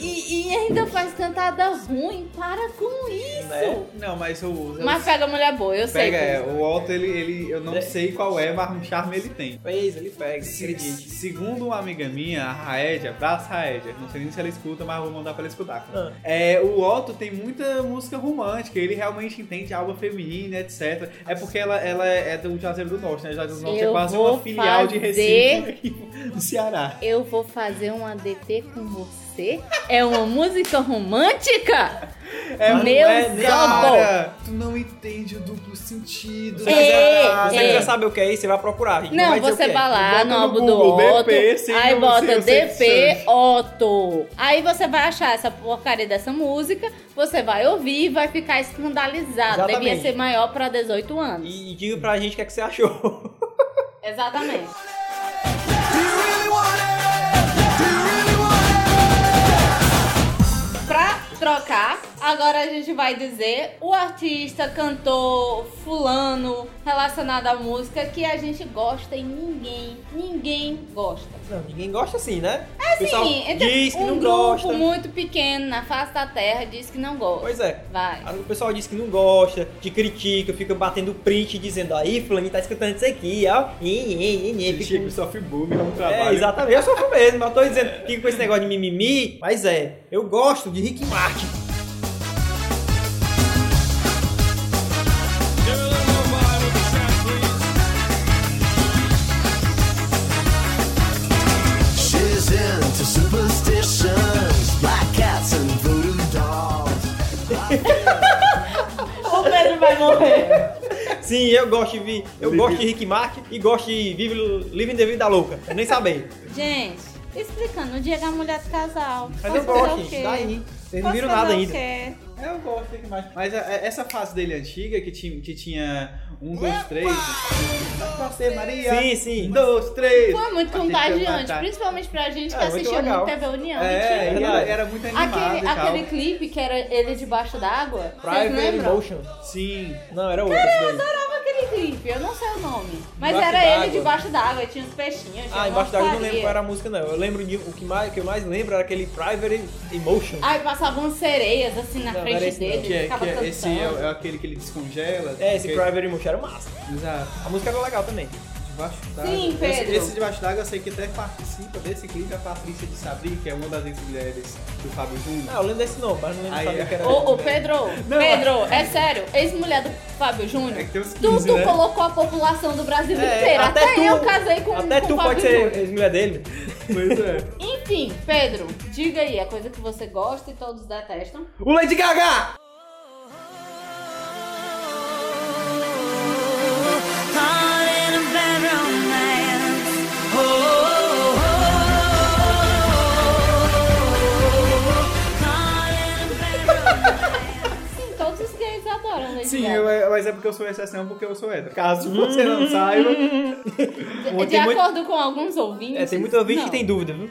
Speaker 2: e, e ainda faz cantada ruim. Para com isso.
Speaker 1: Né?
Speaker 3: Não, mas o.
Speaker 2: Mas pega a mulher boa, eu sei.
Speaker 3: Pega, é,
Speaker 2: que-
Speaker 3: o Walter, ele, ele, eu não
Speaker 1: É.
Speaker 3: sei qual é, mas um charme ele tem.
Speaker 1: fez, ele pega,
Speaker 3: Se-
Speaker 1: acredite.
Speaker 3: Segundo uma amiga minha, a Raed, abraço Raed, não sei nem se ela escuta, mas vou mandar pra ela escutar.
Speaker 1: Ah.
Speaker 3: É, o Otto tem muita música romântica, ele realmente entende a alma feminina, etc. É porque ela, ela é do Juazeiro do Norte, né? Juazeiro do Norte é
Speaker 2: Eu
Speaker 3: quase
Speaker 2: vou
Speaker 3: uma filial de
Speaker 2: fazer-
Speaker 3: Recife no Ceará.
Speaker 2: Eu vou fazer um ADT com você. É uma música romântica?
Speaker 3: É,
Speaker 2: Meu
Speaker 3: é, cara,
Speaker 2: Deus.
Speaker 3: tu não entende o duplo sentido.
Speaker 1: Se você quiser-
Speaker 3: ah,
Speaker 2: Ei,
Speaker 1: se você
Speaker 2: ei.
Speaker 1: quiser saber o que é isso, você vai procurar. A gente
Speaker 2: É, Não,
Speaker 1: vai dizer
Speaker 2: você
Speaker 1: o que é.
Speaker 2: vai lá
Speaker 3: Bota
Speaker 2: no
Speaker 3: no
Speaker 2: álbum do
Speaker 3: Google,
Speaker 2: Otto.
Speaker 3: DP, sim,
Speaker 2: aí
Speaker 3: eu não sei,
Speaker 2: bota
Speaker 3: eu sei que
Speaker 2: DP Otto. Aí você vai achar essa porcaria dessa música, você vai ouvir e vai ficar escandalizado.
Speaker 1: Exatamente.
Speaker 2: Devia ser maior pra 18 anos.
Speaker 1: E, e diga pra gente o que, é que você achou.
Speaker 2: Exatamente. Pra trocar, agora a gente vai dizer o artista, cantor, fulano relacionado à música que a gente gosta e ninguém, ninguém gosta.
Speaker 1: Não, ninguém gosta assim, né? É
Speaker 2: Sim, então,
Speaker 1: diz que
Speaker 2: um
Speaker 1: não
Speaker 2: grupo
Speaker 1: gosta.
Speaker 2: muito pequeno na face da terra diz que não gosta.
Speaker 1: Pois é.
Speaker 2: Vai.
Speaker 1: Aí O pessoal diz que não gosta, que critica, fica batendo print dizendo aí, fulano tá escutando isso aqui, ó. Ih, ih, ih, ih,
Speaker 3: Ele
Speaker 1: fica-
Speaker 3: chega e sofre bullying, é um trabalho.
Speaker 1: É, exatamente. Eu sofro mesmo, mas tô dizendo, fica com esse negócio de mimimi. Mas é, eu gosto de Rick Martin.
Speaker 4: She's into superstitions, black cats and voodoo dolls.
Speaker 2: O Pedro vai morrer.
Speaker 1: Sim, eu gosto de vi- eu
Speaker 3: Live-
Speaker 1: gosto de Rick Martin e gosto de Vive Living the Vida Louca. Eu nem saber.
Speaker 2: Gente, explicando, o dia da mulher do casal.
Speaker 1: Mas
Speaker 2: Posso
Speaker 1: eu
Speaker 2: fazer
Speaker 1: gosto,
Speaker 2: o
Speaker 1: gente.
Speaker 2: quê?
Speaker 1: Daí. Vocês não
Speaker 2: Posso
Speaker 1: viram
Speaker 2: fazer
Speaker 1: nada
Speaker 2: o
Speaker 1: ainda.
Speaker 2: quê?
Speaker 3: É, eu gosto dele mais. Mas a- a- essa fase dele antiga, que tinha, que tinha um, dois, três. Você, Maria.
Speaker 1: Sim, sim.
Speaker 3: Um, dois, três.
Speaker 2: Foi muito
Speaker 3: Bateu,
Speaker 2: contagiante,
Speaker 3: batá.
Speaker 2: principalmente pra gente que
Speaker 1: É, muito
Speaker 2: assistia
Speaker 1: legal.
Speaker 2: muito TV União.
Speaker 3: É,
Speaker 1: Mentira.
Speaker 3: e era, era muito animado
Speaker 2: Aquele,
Speaker 3: e tal.
Speaker 2: aquele clipe que era ele debaixo d'água. Vocês
Speaker 1: Private
Speaker 2: lembram?
Speaker 1: Emotion.
Speaker 3: Sim.
Speaker 1: Não, era outro. esse daí.
Speaker 2: Eu adorava aquele clipe, eu não sei o nome. Mas
Speaker 1: Debaixo
Speaker 2: era ele
Speaker 1: d'água.
Speaker 2: debaixo d'água, tinha uns peixinhos. tinha
Speaker 1: Ah,
Speaker 2: uma
Speaker 1: embaixo d'água eu não lembro
Speaker 2: farinha.
Speaker 1: qual era a música, não. Eu lembro de. O que, mais, o que eu mais lembro era aquele Private Emotion.
Speaker 2: Aí passavam sereias assim na
Speaker 1: Não, não era
Speaker 2: frente
Speaker 1: esse não.
Speaker 2: dele,
Speaker 3: Que é,
Speaker 2: ficava
Speaker 3: que é-
Speaker 2: cantando.
Speaker 3: esse é, é aquele que ele descongela.
Speaker 1: É, esse
Speaker 3: que-
Speaker 1: Private Emotion era massa.
Speaker 3: Exato.
Speaker 1: A música era legal também.
Speaker 3: Debaixo d'água.
Speaker 2: Sim, Pedro.
Speaker 3: Esse, esse debaixo d'água eu sei que até participa desse clipe a Patrícia de Sabri, que é uma das ex-mulheres do Fábio Júnior.
Speaker 1: Ah, eu lembro desse nome, mas não lembro
Speaker 3: Aí,
Speaker 1: sabia que era.
Speaker 2: Ô, ô, Pedro,
Speaker 3: Não,
Speaker 2: Pedro, é sério, ex-mulher do Fábio Júnior,
Speaker 3: É que tem uns
Speaker 2: tu,
Speaker 3: 15,
Speaker 2: tu
Speaker 3: né?
Speaker 2: colocou a população do Brasil
Speaker 1: É,
Speaker 2: inteiro. Até, eu casei com,
Speaker 1: Até
Speaker 2: com
Speaker 1: tu
Speaker 2: o Fábio
Speaker 1: pode
Speaker 2: Júnior.
Speaker 1: ser ex-mulher dele.
Speaker 3: Pois é.
Speaker 2: Enfim, Pedro, diga aí a coisa que você gosta e todos detestam.
Speaker 1: O Lady Gaga!
Speaker 2: Sim, todos os gays adoram né, Lady
Speaker 3: Sim,
Speaker 2: Gaga.
Speaker 3: eu- é- mas é porque eu sou exceção, porque eu sou hétero. Caso você não saiba,
Speaker 2: De, de
Speaker 1: tem muito-
Speaker 2: acordo com alguns ouvintes.
Speaker 1: É, tem muito ouvinte
Speaker 2: não.
Speaker 1: que tem dúvida, viu?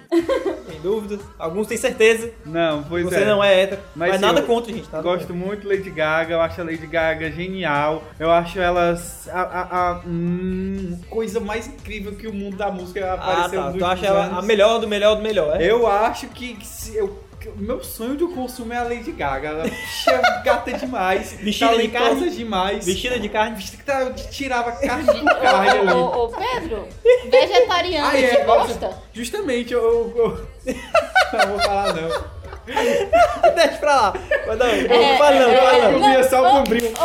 Speaker 1: Tem dúvida. Alguns têm certeza.
Speaker 3: não, pois
Speaker 1: você
Speaker 3: é.
Speaker 1: não é hétero. Mas,
Speaker 3: Mas sim,
Speaker 1: nada
Speaker 3: eu
Speaker 1: contra, gente. tá? Nada
Speaker 3: Gosto muito de Lady Gaga, eu acho a Lady Gaga genial. Eu acho ela a, a- a- hum, coisa mais incrível que o mundo da música
Speaker 1: Ah,
Speaker 3: apareceu
Speaker 1: tá.
Speaker 3: nos
Speaker 1: Tu acha
Speaker 3: últimos
Speaker 1: ela
Speaker 3: um anos.
Speaker 1: a melhor do melhor do melhor, é?
Speaker 3: Eu acho que, que se eu- que o meu sonho de consumo é a Lady Gaga. Ela é gata demais,
Speaker 1: Vestida de
Speaker 3: talentosa
Speaker 1: carne.
Speaker 3: demais.
Speaker 1: Vestida de carne.
Speaker 3: Vestida que tá- tirava carne por carne
Speaker 2: Ô,
Speaker 3: ali.
Speaker 2: ô, ô, Pedro, vegetariano,
Speaker 3: Ah, é,
Speaker 2: você
Speaker 3: nossa,
Speaker 2: gosta?
Speaker 3: Justamente, eu, eu- eu- não vou falar não.
Speaker 1: Deixa pra lá. Mas não,
Speaker 2: É,
Speaker 1: não fala não,
Speaker 2: é,
Speaker 1: fala
Speaker 2: é,
Speaker 1: não.
Speaker 3: Eu comia só
Speaker 2: não,
Speaker 3: o bombril.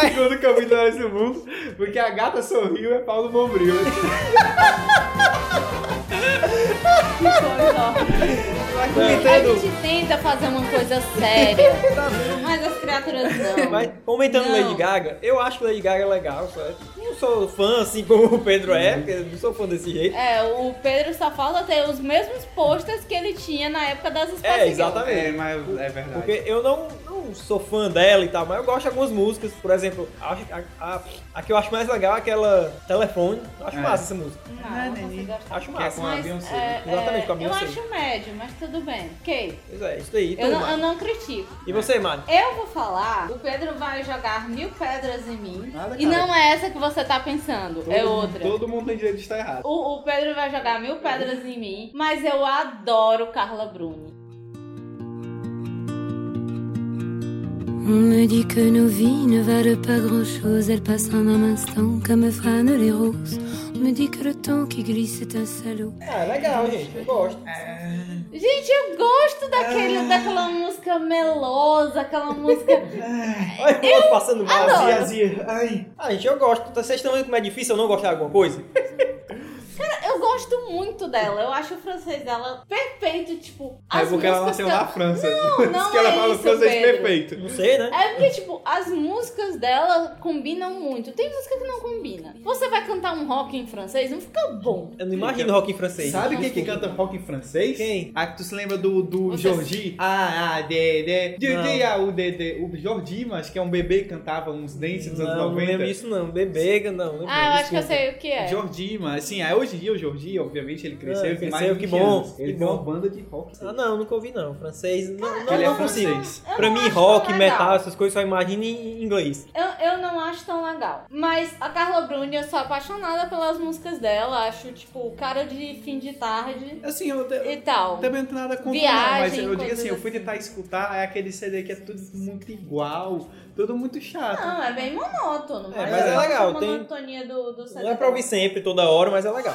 Speaker 3: Segundo caminho da do mundo, porque a gata sorriu é Paulo Bombril.
Speaker 2: Que coisa, ó.
Speaker 9: Vai
Speaker 2: A
Speaker 9: comentando.
Speaker 2: gente tenta fazer uma coisa séria,
Speaker 1: Tá
Speaker 2: mas as criaturas não.
Speaker 1: Mas comentando
Speaker 2: Não.
Speaker 1: Lady Gaga, eu acho Lady Gaga é legal, só não sou fã assim como o Pedro é, porque eu não sou fã desse jeito.
Speaker 2: É, o Pedro só fala ter os mesmos posters que ele tinha na época das Spice
Speaker 1: É,
Speaker 2: Girls.
Speaker 1: exatamente.
Speaker 3: É, mas é verdade.
Speaker 1: Porque eu não, não sou fã dela e tal, mas eu gosto de algumas músicas. Por exemplo, acho- a, a- a que eu acho mais legal é aquela Telefone. Eu acho
Speaker 3: É.
Speaker 1: massa essa música.
Speaker 2: Não, não consigo gostar.
Speaker 1: Acho
Speaker 3: Que é com
Speaker 1: massa.
Speaker 3: a
Speaker 2: Mas,
Speaker 3: Beyoncé.
Speaker 2: é, é,
Speaker 1: Exatamente, com a Beyoncé.
Speaker 2: Eu acho médio, mas tudo bem. Ok.
Speaker 1: Pois é, isso aí. E, tu,
Speaker 2: Eu não, eu
Speaker 1: Mari?
Speaker 2: não critico.
Speaker 1: E você, Mari?
Speaker 2: Eu vou falar, o Pedro vai jogar mil pedras em mim.
Speaker 3: Nada,
Speaker 2: e
Speaker 3: cara.
Speaker 2: não é essa que você tá pensando, é
Speaker 3: Todo-
Speaker 2: outra.
Speaker 3: Todo mundo tem direito de estar errado.
Speaker 2: O, o Pedro vai jogar mil pedras em mim, mas eu adoro Carla Bruni.
Speaker 10: On me dit que nos vies ne valent pas grand-chose, elles passent en un instant comme fanent les roses. On me dit que le temps qui glisse est un salaud.
Speaker 3: É,
Speaker 1: Ah, legal, gente. Eu gosto.
Speaker 2: É. Gente, eu gosto daquele,
Speaker 3: É.
Speaker 2: daquela música melosa, aquela música.
Speaker 1: Olha o outro passando mal.
Speaker 2: adoro.
Speaker 1: Azia, azia. Ai. Ah, gente, eu gosto. Vocês estão vendo como é difícil eu não gostar de alguma coisa?
Speaker 2: Eu gosto muito dela. Eu acho o francês dela perfeito, tipo.
Speaker 3: É
Speaker 2: as
Speaker 3: porque ela
Speaker 2: músicas
Speaker 3: nasceu
Speaker 2: que
Speaker 3: na
Speaker 2: ela-
Speaker 3: França.
Speaker 2: Não,
Speaker 3: Por
Speaker 2: não
Speaker 3: isso que ela
Speaker 2: é
Speaker 3: fala
Speaker 2: isso,
Speaker 3: francês
Speaker 2: Pedro.
Speaker 3: perfeito.
Speaker 1: Não sei, né?
Speaker 2: É porque, tipo, as músicas dela combinam muito. Tem música que não combina. Você vai cantar um rock em francês, não fica bom.
Speaker 1: Eu não imagino rock em francês.
Speaker 3: Sabe quem que canta rock em francês?
Speaker 1: Quem?
Speaker 3: Ah, tu se lembra do, do
Speaker 2: Você-
Speaker 3: Jordi? Ah, ah, de, de, de,
Speaker 1: Não.
Speaker 3: de, ah, o de, de. O Jordi, mas que é um bebê que cantava uns dentes nos anos
Speaker 1: Não, não
Speaker 3: 90.
Speaker 1: lembro isso não. Bebega, não. lembro,
Speaker 2: ah, eu acho que eu
Speaker 1: desculpa.
Speaker 2: sei o que é.
Speaker 3: Jordi, mas assim, aí hoje em dia o Jordi, obviamente, ele cresceu,
Speaker 1: Ah,
Speaker 3: ele tem mais de
Speaker 1: cresceu, que
Speaker 3: 20
Speaker 1: bom,
Speaker 3: anos. Ele
Speaker 1: que
Speaker 3: tem uma
Speaker 1: bom.
Speaker 3: banda de rock.
Speaker 1: Ah, não, nunca ouvi não. Francês, não, não,
Speaker 3: ele é
Speaker 1: não consigo.
Speaker 3: francês.
Speaker 1: Pra
Speaker 2: não
Speaker 1: mim,
Speaker 2: acho
Speaker 1: rock,
Speaker 2: legal.
Speaker 1: metal, essas coisas só imagina em inglês.
Speaker 2: Eu, eu não acho tão legal. Mas a Carla Bruni, eu sou apaixonada pelas músicas dela. Acho, tipo, cara de fim de tarde
Speaker 3: Assim, eu,
Speaker 2: e
Speaker 3: eu
Speaker 2: tal.
Speaker 3: também não tenho nada contra, não, mas
Speaker 2: Viagem,
Speaker 3: eu digo
Speaker 2: coisas
Speaker 3: assim, eu fui
Speaker 2: assim.
Speaker 3: tentar escutar, é aquele CD que é tudo muito igual, tudo muito chato.
Speaker 2: Não, é bem monótono.
Speaker 1: É,
Speaker 3: mas é
Speaker 2: eu acho
Speaker 1: legal,
Speaker 2: a
Speaker 1: tem-
Speaker 2: monotonia do, do
Speaker 1: Não é
Speaker 2: CD.
Speaker 1: pra ouvir sempre, toda hora, mas é legal.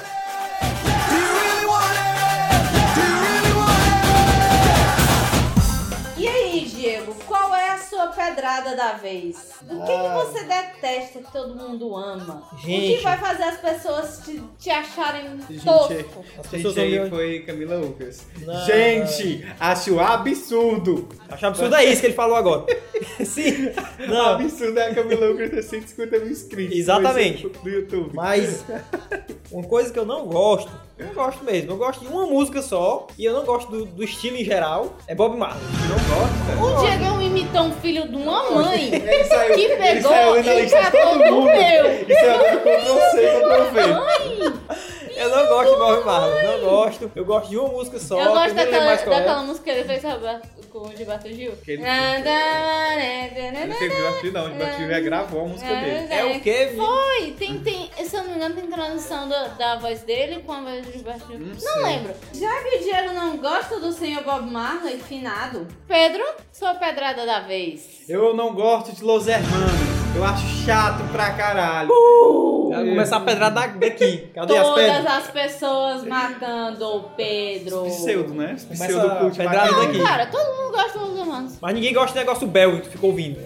Speaker 2: E aí, Diego, qual é a sua pedrada da vez? O que, que você detesta que todo mundo ama? O
Speaker 1: Ah. Gente.
Speaker 2: que vai fazer as pessoas te, te acharem
Speaker 3: Gente,
Speaker 2: tosco?
Speaker 1: As pessoas
Speaker 3: Gente,
Speaker 1: vão
Speaker 3: aí
Speaker 1: me...
Speaker 3: foi Camila Lucas.
Speaker 1: Não.
Speaker 3: Gente, acho absurdo.
Speaker 1: Acho absurdo é isso que ele falou agora. Sim. Não,
Speaker 3: Absurdo é a Camila Lucas ter 150 mil inscritos.
Speaker 1: Exatamente.
Speaker 3: No YouTube.
Speaker 1: mas uma coisa que eu não gosto, eu não gosto mesmo, eu gosto de uma música só, e eu não gosto do, do estilo em geral, é Bob Marley.
Speaker 3: Não gosta?
Speaker 2: O Diego é um imitão filho de uma mãe
Speaker 1: é
Speaker 3: Ele saiu,
Speaker 2: que
Speaker 3: ele
Speaker 2: pegou
Speaker 3: saiu na
Speaker 2: e
Speaker 3: lista de
Speaker 2: tratou
Speaker 3: todo
Speaker 2: do
Speaker 3: mundo.
Speaker 2: meu.
Speaker 3: Isso é agora Ctrl-C, Ctrl-V.
Speaker 1: Eu não gosto de Bob Marley, não gosto. Eu gosto de uma música só,
Speaker 2: eu gosto
Speaker 1: que nem lembro
Speaker 2: daquela,
Speaker 1: mais qual é.
Speaker 2: daquela música que ele fez sabe, com o Gilberto Gil. né,
Speaker 3: Aquele- Eu não
Speaker 2: Nada-
Speaker 3: sei o Gilberto não, o
Speaker 2: É.
Speaker 3: Gilberto Gil já gravou a música dele.
Speaker 1: É o que?
Speaker 2: Foi, tem, tem, se eu não me engano, tem transição da, da voz dele com a voz do Gilberto Gil. Não, lembro. Já que o Diego não gosta do senhor Bob Marley, finado, Pedro, sua pedrada da vez.
Speaker 3: Eu não gosto de Los Hermanos. Eu acho chato pra caralho.
Speaker 1: Vai começar a pedrada daqui. Cadê as
Speaker 2: Todas
Speaker 1: pedras?
Speaker 2: as pessoas matando o Pedro.
Speaker 3: Pseudo, né? Os
Speaker 1: Começa
Speaker 3: Pseudo cult
Speaker 1: a
Speaker 3: bacana.
Speaker 1: pedrada daqui.
Speaker 2: Cara, todo mundo gosta dos humanos.
Speaker 1: Mas ninguém gosta do negócio belga que tu ficou ouvindo.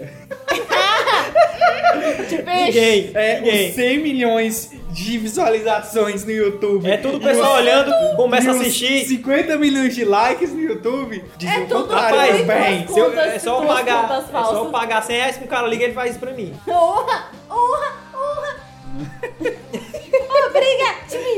Speaker 2: De peixe.
Speaker 1: Ninguém,
Speaker 3: É,
Speaker 1: ninguém.
Speaker 3: os 100 milhões de visualizações no YouTube.
Speaker 1: É tudo o pessoal olhando, começa a
Speaker 3: E os
Speaker 1: assistir.
Speaker 3: 50 milhões de likes no YouTube. Diz
Speaker 2: É
Speaker 3: o
Speaker 2: tudo
Speaker 3: contrário,
Speaker 1: rapaz,
Speaker 3: meu bem.
Speaker 2: muito
Speaker 1: Se eu-
Speaker 2: Contas-
Speaker 1: é só eu
Speaker 2: duas
Speaker 1: pagar,
Speaker 2: contas
Speaker 1: é só
Speaker 2: falsas.
Speaker 1: eu pagar 100 reais pro cara liga ele faz isso pra mim.
Speaker 2: Honra, honra, honra. Obriga, time.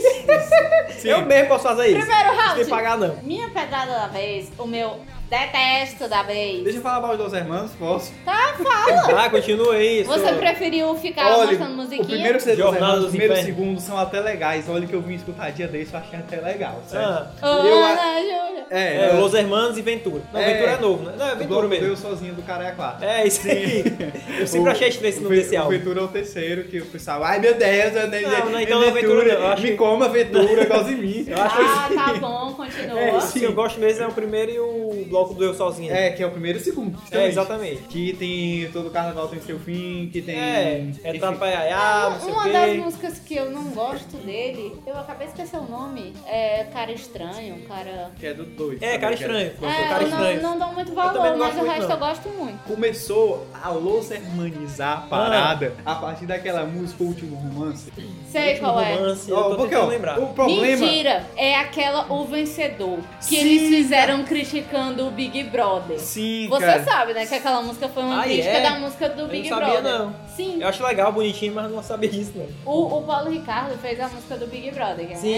Speaker 1: Eu mesmo posso fazer isso.
Speaker 2: Primeiro
Speaker 1: Não tem
Speaker 2: round.
Speaker 1: que pagar não.
Speaker 2: Minha pedrada da vez, o meu detesto da vez.
Speaker 3: Deixa eu falar mal dos Hermanos, posso?
Speaker 2: Tá, fala.
Speaker 1: Tá, continua aí.
Speaker 2: Você
Speaker 1: seu-
Speaker 2: preferiu ficar
Speaker 3: Olha,
Speaker 2: mostrando
Speaker 3: o
Speaker 2: Tá, musiquinha?
Speaker 3: primeiro CD dos
Speaker 1: Jornada
Speaker 3: Hermanos,
Speaker 1: dos
Speaker 3: os primeiros
Speaker 1: Infernos.
Speaker 3: segundos são até legais. Olha que eu vim escutar dia desse, eu achei até legal, certo?
Speaker 1: Ah,
Speaker 2: Ô,
Speaker 3: eu a-
Speaker 2: Ana Júlia.
Speaker 1: é,
Speaker 3: eu-
Speaker 1: Los Hermanos e Ventura. Não,
Speaker 3: É.
Speaker 1: Ventura é novo, né? Não, é
Speaker 3: eu
Speaker 1: Ventura
Speaker 3: dou-
Speaker 1: mesmo.
Speaker 3: Eu sozinho do cara é a quatro.
Speaker 1: É, isso aí. Eu sempre
Speaker 3: O-
Speaker 1: achei estranho esse
Speaker 3: o
Speaker 1: nome
Speaker 3: Ve-
Speaker 1: desse
Speaker 3: o
Speaker 1: álbum.
Speaker 3: Ventura é o terceiro, que o pessoal, ai meu Deus, eu nem-
Speaker 1: Não, não,
Speaker 3: eu
Speaker 1: então não é
Speaker 3: Ventura,
Speaker 1: Ventura, eu acho
Speaker 3: me
Speaker 1: que-
Speaker 3: coma Ventura, gosta de mim.
Speaker 1: Eu acho assim. É que
Speaker 2: Ah, tá bom, continua.
Speaker 1: esse que eu gosto mesmo é o primeiro e o o bloco do Eu Sozinho.
Speaker 3: É, que é o primeiro e o segundo.
Speaker 1: É,
Speaker 3: justamente.
Speaker 1: exatamente.
Speaker 3: Que tem todo carnaval tem seu fim, que tem.
Speaker 1: É, é
Speaker 3: enfim.
Speaker 1: Tapaiaiá, não sei
Speaker 2: Uma
Speaker 1: o
Speaker 2: das
Speaker 1: quê.
Speaker 2: músicas que eu não gosto dele, eu acabei de esquecer o nome, é Cara Estranho, Cara...
Speaker 3: Que é do dois.
Speaker 1: É,
Speaker 3: também,
Speaker 1: cara
Speaker 3: que
Speaker 1: estranho. pô,
Speaker 2: É,
Speaker 1: cara
Speaker 2: eu
Speaker 1: estranho.
Speaker 2: não, não dou muito
Speaker 1: também
Speaker 2: valor,
Speaker 1: não
Speaker 2: mas
Speaker 1: gosto
Speaker 2: o
Speaker 1: muito,
Speaker 2: resto
Speaker 1: não.
Speaker 2: eu gosto muito.
Speaker 3: Começou a losermanizar a parada a partir daquela música O Último Romance.
Speaker 2: Sei qual é.
Speaker 1: romance,
Speaker 3: Ó,
Speaker 1: eu tô
Speaker 3: porque,
Speaker 1: tentando
Speaker 3: ó,
Speaker 1: lembrar.
Speaker 3: o problema.
Speaker 2: Mentira, é aquela O Vencedor, que
Speaker 3: Sim,
Speaker 2: eles fizeram criticando o Big Brother.
Speaker 3: Sim,
Speaker 2: Você
Speaker 3: cara.
Speaker 2: sabe, né, que aquela música foi uma
Speaker 1: Ah,
Speaker 2: crítica
Speaker 1: é?
Speaker 2: da música do Big
Speaker 1: não sabia,
Speaker 2: Brother.
Speaker 1: não.
Speaker 2: Sim,
Speaker 1: Eu acho legal, bonitinho, mas não sabia disso, não.
Speaker 2: o, o Paulo Ricardo fez a música do Big Brother. que é-
Speaker 1: Sim.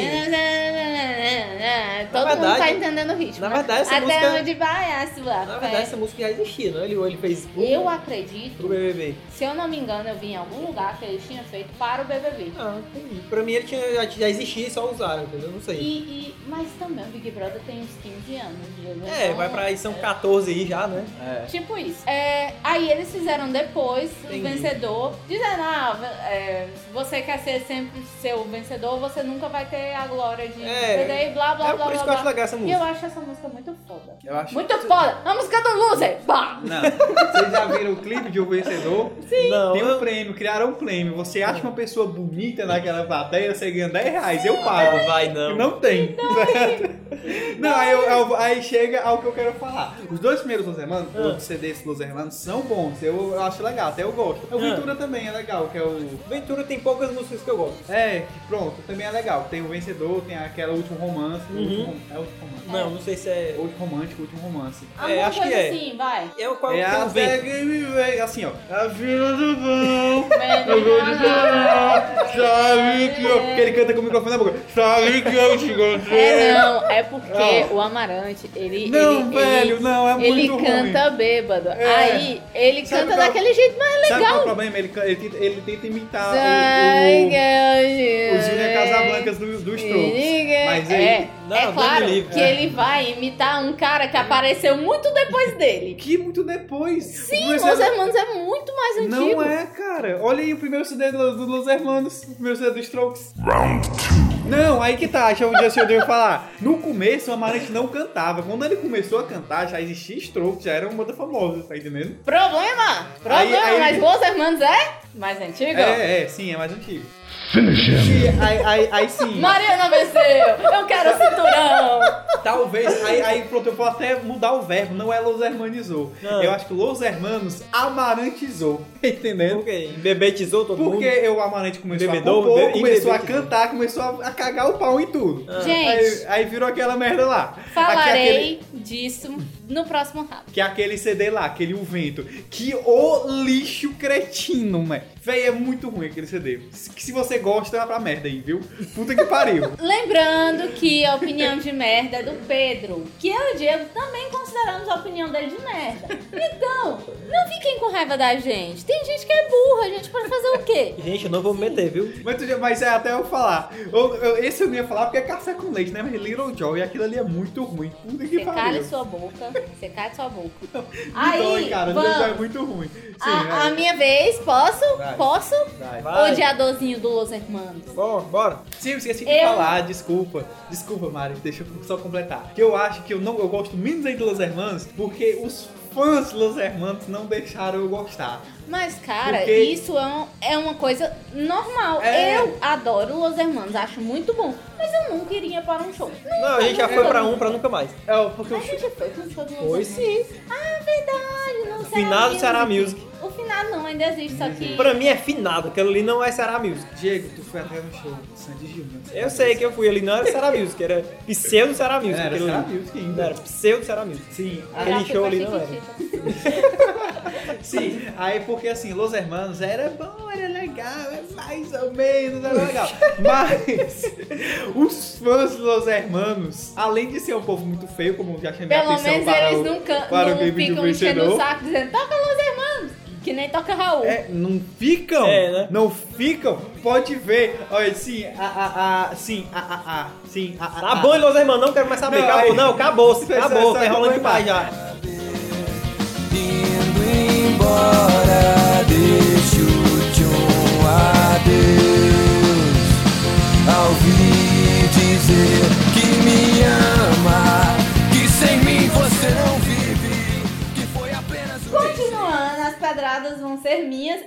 Speaker 2: Todo
Speaker 1: Na
Speaker 2: mundo tá
Speaker 1: verdade-
Speaker 2: entendendo o ritmo.
Speaker 1: na
Speaker 2: né?
Speaker 1: verdade, essa
Speaker 2: Até
Speaker 1: música-
Speaker 2: onde vai a sua
Speaker 1: Na
Speaker 2: fé?
Speaker 1: verdade, essa música já existia, não? Ele, ele fez pro,
Speaker 2: Eu
Speaker 1: pro
Speaker 2: acredito,
Speaker 1: BBB.
Speaker 2: se eu não me engano, eu vi em algum lugar que ele tinha feito para o BBB.
Speaker 1: Ah, entendi. Pra mim, ele tinha, já, já existia e só usaram, entendeu? Não sei.
Speaker 2: E, e- mas também o Big Brother tem uns 15 anos. entendeu?
Speaker 1: É,
Speaker 2: Então,
Speaker 1: vai pra aí, são 14 aí já, né?
Speaker 3: É.
Speaker 2: Tipo isso. É, aí eles fizeram depois
Speaker 1: Entendi.
Speaker 2: o vencedor, dizendo, ah, é, você quer ser sempre ser o vencedor, você nunca vai ter a glória de
Speaker 1: É.
Speaker 2: perder e blá blá
Speaker 1: É
Speaker 2: blá
Speaker 1: por isso que
Speaker 2: blá.
Speaker 1: eu acho
Speaker 2: blá.
Speaker 1: legal essa
Speaker 2: E eu
Speaker 1: música.
Speaker 2: acho essa música muito foda.
Speaker 3: Eu acho.
Speaker 2: Muito foda! A música do loser! Bah!
Speaker 3: Não. Vocês já viram o clipe de O Vencedor?
Speaker 1: Não,
Speaker 3: Tem um
Speaker 1: eu-
Speaker 3: prêmio, criaram um prêmio. Você
Speaker 1: Hum.
Speaker 3: acha uma pessoa bonita naquela plateia, você ganha 10 reais, eu pago.
Speaker 1: vai não.
Speaker 3: Não tem. certo? Não, aí, eu- eu- aí chega ao que eu quero falar. Os dois primeiros Los Hermanos,
Speaker 1: Ah.
Speaker 3: os CDs Los Hermanos, são bons. Eu, eu acho legal, até eu gosto.
Speaker 1: Ah.
Speaker 3: O Ventura também é legal, que é o...
Speaker 1: Ventura tem poucas músicas que eu gosto.
Speaker 3: É, que pronto, também é legal. Tem o Vencedor, tem aquela Último Romance. o
Speaker 1: Uhum.
Speaker 3: Último Rom- é o Último Romance.
Speaker 1: Não, não sei se é.
Speaker 3: Último Romântico, Último Romance.
Speaker 1: É,
Speaker 2: Alguma
Speaker 1: acho
Speaker 2: coisa
Speaker 1: que é.
Speaker 2: assim, vai.
Speaker 1: É o qual
Speaker 3: É
Speaker 1: tem um
Speaker 3: a
Speaker 1: vento.
Speaker 3: Vega, assim, ó. A Vila do Vão. Sabe que eu. Porque ele canta com o microfone na boca. Sabe que eu te
Speaker 2: É
Speaker 3: encontrei.
Speaker 2: não, é porque o Amarante, ele.
Speaker 3: Não,
Speaker 2: ele-
Speaker 3: velho,
Speaker 2: ele-
Speaker 3: não, é muito
Speaker 2: Ele
Speaker 3: ruim.
Speaker 2: canta bêbado.
Speaker 3: É.
Speaker 2: Aí ele
Speaker 3: Sabe
Speaker 2: canta
Speaker 3: qual-
Speaker 2: daquele jeito mais
Speaker 3: Sabe qual é o
Speaker 2: legal.
Speaker 3: problema? Ele, ca- ele, tenta- ele tenta imitar
Speaker 2: Ai,
Speaker 3: o,
Speaker 2: que
Speaker 3: o, o Júlia Casablancas do, do Strokes.
Speaker 2: Ninguém-
Speaker 3: Mas ele-
Speaker 2: é,
Speaker 1: Não,
Speaker 2: é
Speaker 1: Deus
Speaker 2: claro
Speaker 1: me livre.
Speaker 2: que ele vai imitar um cara que apareceu muito depois dele.
Speaker 3: Que muito depois.
Speaker 2: Sim,
Speaker 3: Mas
Speaker 2: Los
Speaker 3: é-
Speaker 2: Hermanos é muito mais antigo.
Speaker 3: Não é, cara. Olha aí o primeiro CD do, do Los Hermanos. O primeiro CD do Strokes. Round 2. Não, aí que tá. Deixa eu, deixa eu- deixa eu falar. No começo, o Amarante não cantava. Quando ele começou a cantar, já existia Strokes. Já era uma banda famosa, tá entendendo?
Speaker 2: Problema! Problema,
Speaker 3: aí-
Speaker 2: mas Los Hermanos é mais antigo?
Speaker 3: É, é, sim, é mais antigo. Finish him. Aí, aí, aí sim.
Speaker 2: Mariana venceu! Eu quero o
Speaker 3: é
Speaker 2: cinturão!
Speaker 3: Talvez, aí, aí pronto, eu vou até mudar o verbo, não é Los Hermanizou.
Speaker 1: Não.
Speaker 3: Eu acho que Los Hermanos amarantizou, tá entendendo?
Speaker 1: Por quê? Bebetizou todo mundo?
Speaker 3: Porque eu, o Amarante começou
Speaker 1: Bebedou,
Speaker 3: a compor,
Speaker 1: bebe- e
Speaker 3: começou a
Speaker 1: bebedizou.
Speaker 3: cantar, começou a, a cagar o pau em tudo.
Speaker 2: Ah. Gente,
Speaker 3: Aí, aí virou aquela merda lá. Aqui é aquele-
Speaker 2: falarei disso no próximo rápido.
Speaker 3: que é aquele CD lá, aquele O Vento. Que o lixo cretino, né? Véi, é muito ruim aquele CD. Que se você gosta, vai pra merda aí, viu? Puta que pariu.
Speaker 2: Lembrando que a opinião de merda é do Pedro, que eu e o Diego também consideramos a opinião dele de merda. Então, não fiquem com raiva da gente. Tem gente que é burra, a gente pode fazer o quê?
Speaker 1: Gente, eu não vou me meter, viu?
Speaker 3: Mas, tu já- mas é até eu falar. Eu- eu- esse eu não ia falar porque é café com leite, né? Mas Little Joy, aquilo ali é muito ruim. Puta que
Speaker 2: Você cale
Speaker 3: pariu.
Speaker 2: sua boca, você cale sua boca.
Speaker 3: Me dói,
Speaker 2: Aí,
Speaker 3: cara. Little Joy é
Speaker 2: vamos. Ah,
Speaker 3: muito ruim. Sim,
Speaker 2: A, a
Speaker 3: é,
Speaker 2: minha vez, posso?
Speaker 3: Vai.
Speaker 2: Posso?
Speaker 3: vai.
Speaker 1: Vai.
Speaker 2: Odiadorzinho do Los Hermanos.
Speaker 1: Bom, bora.
Speaker 3: Sim, eu esqueci de
Speaker 2: Eu-
Speaker 3: falar, desculpa. Desculpa, Mari, deixa eu só completar. Que eu acho que eu não eu gosto menos aí de Los Hermanos porque os fãs de Los Hermanos não deixaram eu gostar.
Speaker 2: Mas, cara,
Speaker 3: Porque-
Speaker 2: isso é, um- é uma coisa normal.
Speaker 3: É.
Speaker 2: Eu adoro Los Hermanos, acho muito bom. Mas eu nunca iria para um show.
Speaker 1: Não, a gente já foi pra um, pra nunca mais.
Speaker 3: É, porque
Speaker 2: A
Speaker 3: eu.
Speaker 2: gente foi pro show do Los
Speaker 1: Foi
Speaker 2: Hermanos.
Speaker 1: sim.
Speaker 2: Ah, verdade. Não, Ceará
Speaker 1: Finado
Speaker 2: Music.
Speaker 1: Ceará Music.
Speaker 2: O finado não, ainda existe, só que...
Speaker 1: Pra mim é finado, aquilo ali não é Ceará Music.
Speaker 3: Diego, tu foi até no show do Sandy Gil, né?
Speaker 1: Eu sei que eu fui ali, não era Ceará Music, era pseudo Ceará Music.
Speaker 3: Era
Speaker 1: aquilo ali.
Speaker 3: Ceará Music ainda.
Speaker 1: Não, Era pseudo Ceará Music.
Speaker 3: Sim,
Speaker 2: Eu
Speaker 1: aquele
Speaker 2: já fui
Speaker 1: show
Speaker 2: pra
Speaker 1: ali não era.
Speaker 2: Chiquitita.
Speaker 3: Sim, aí porque assim, Los Hermanos era bom, era legal, é mais ou menos, era legal. Mas os fãs de Los Hermanos, além de ser um povo muito feio, como eu já chamei a
Speaker 2: Pelo
Speaker 3: atenção
Speaker 2: menos
Speaker 3: para
Speaker 2: eles
Speaker 3: o,
Speaker 2: nunca
Speaker 3: para o
Speaker 2: não
Speaker 3: clipe de
Speaker 2: ficam enchendo o
Speaker 3: vencedor.
Speaker 2: saco dizendo toca Los Hermanos, que nem toca Raul.
Speaker 3: É, não ficam,
Speaker 1: É, né?
Speaker 3: não ficam, pode ver, olha, sim, a, a, a, sim, a, a, a, sim, a, a,
Speaker 1: Tá
Speaker 3: a.
Speaker 1: bom, Los Hermanos, não é. quero mais saber.
Speaker 3: Não,
Speaker 1: acabou,
Speaker 3: aí-
Speaker 1: não, acabou, se
Speaker 3: Isso aí,
Speaker 1: acabou,
Speaker 3: isso
Speaker 1: tá
Speaker 3: aí,
Speaker 1: enrolando
Speaker 3: não
Speaker 1: demais
Speaker 3: vai
Speaker 1: já.
Speaker 4: Indo embora, deixo-te um adeus. Ao ouvir dizer que me ama, que sem mim você não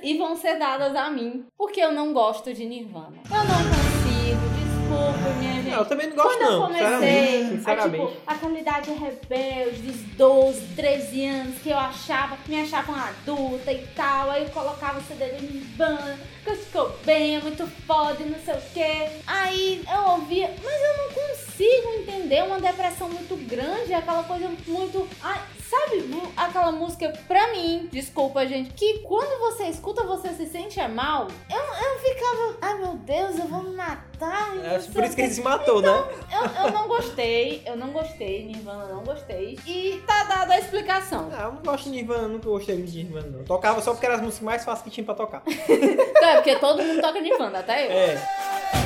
Speaker 2: e vão ser dadas a mim, porque eu não gosto de Nirvana. Eu não consigo, desculpa, minha gente.
Speaker 1: Não, eu também não gosto,
Speaker 2: Quando eu
Speaker 1: não.
Speaker 2: comecei,
Speaker 1: sinceramente.
Speaker 2: A, tipo, aquela idade rebelde dos 12, 13 anos, que eu achava, que me achavam adulta e tal, aí eu colocava o CD de Nirvana, que eu ficou bem, é muito foda e não sei o quê. Aí eu ouvia, mas eu não consigo entender uma depressão muito grande, aquela coisa muito... ai, Sabe bu- aquela música, pra mim, desculpa, gente, que quando você escuta, você se sente é mal? Eu, eu ficava, ai meu Deus, eu vou me matar. e não
Speaker 1: É
Speaker 2: sei
Speaker 1: por
Speaker 2: o
Speaker 1: isso que
Speaker 2: quê."
Speaker 1: ele se matou, né?
Speaker 2: Eu, eu não gostei, eu não gostei, Nirvana não gostei. E tá dada a explicação.
Speaker 1: Ah, eu não gosto de Nirvana, nunca gostei de Nirvana, não. Tocava só porque era as músicas mais fáceis que tinha pra tocar.
Speaker 2: Então, é porque todo mundo toca Nirvana, até eu.
Speaker 1: É.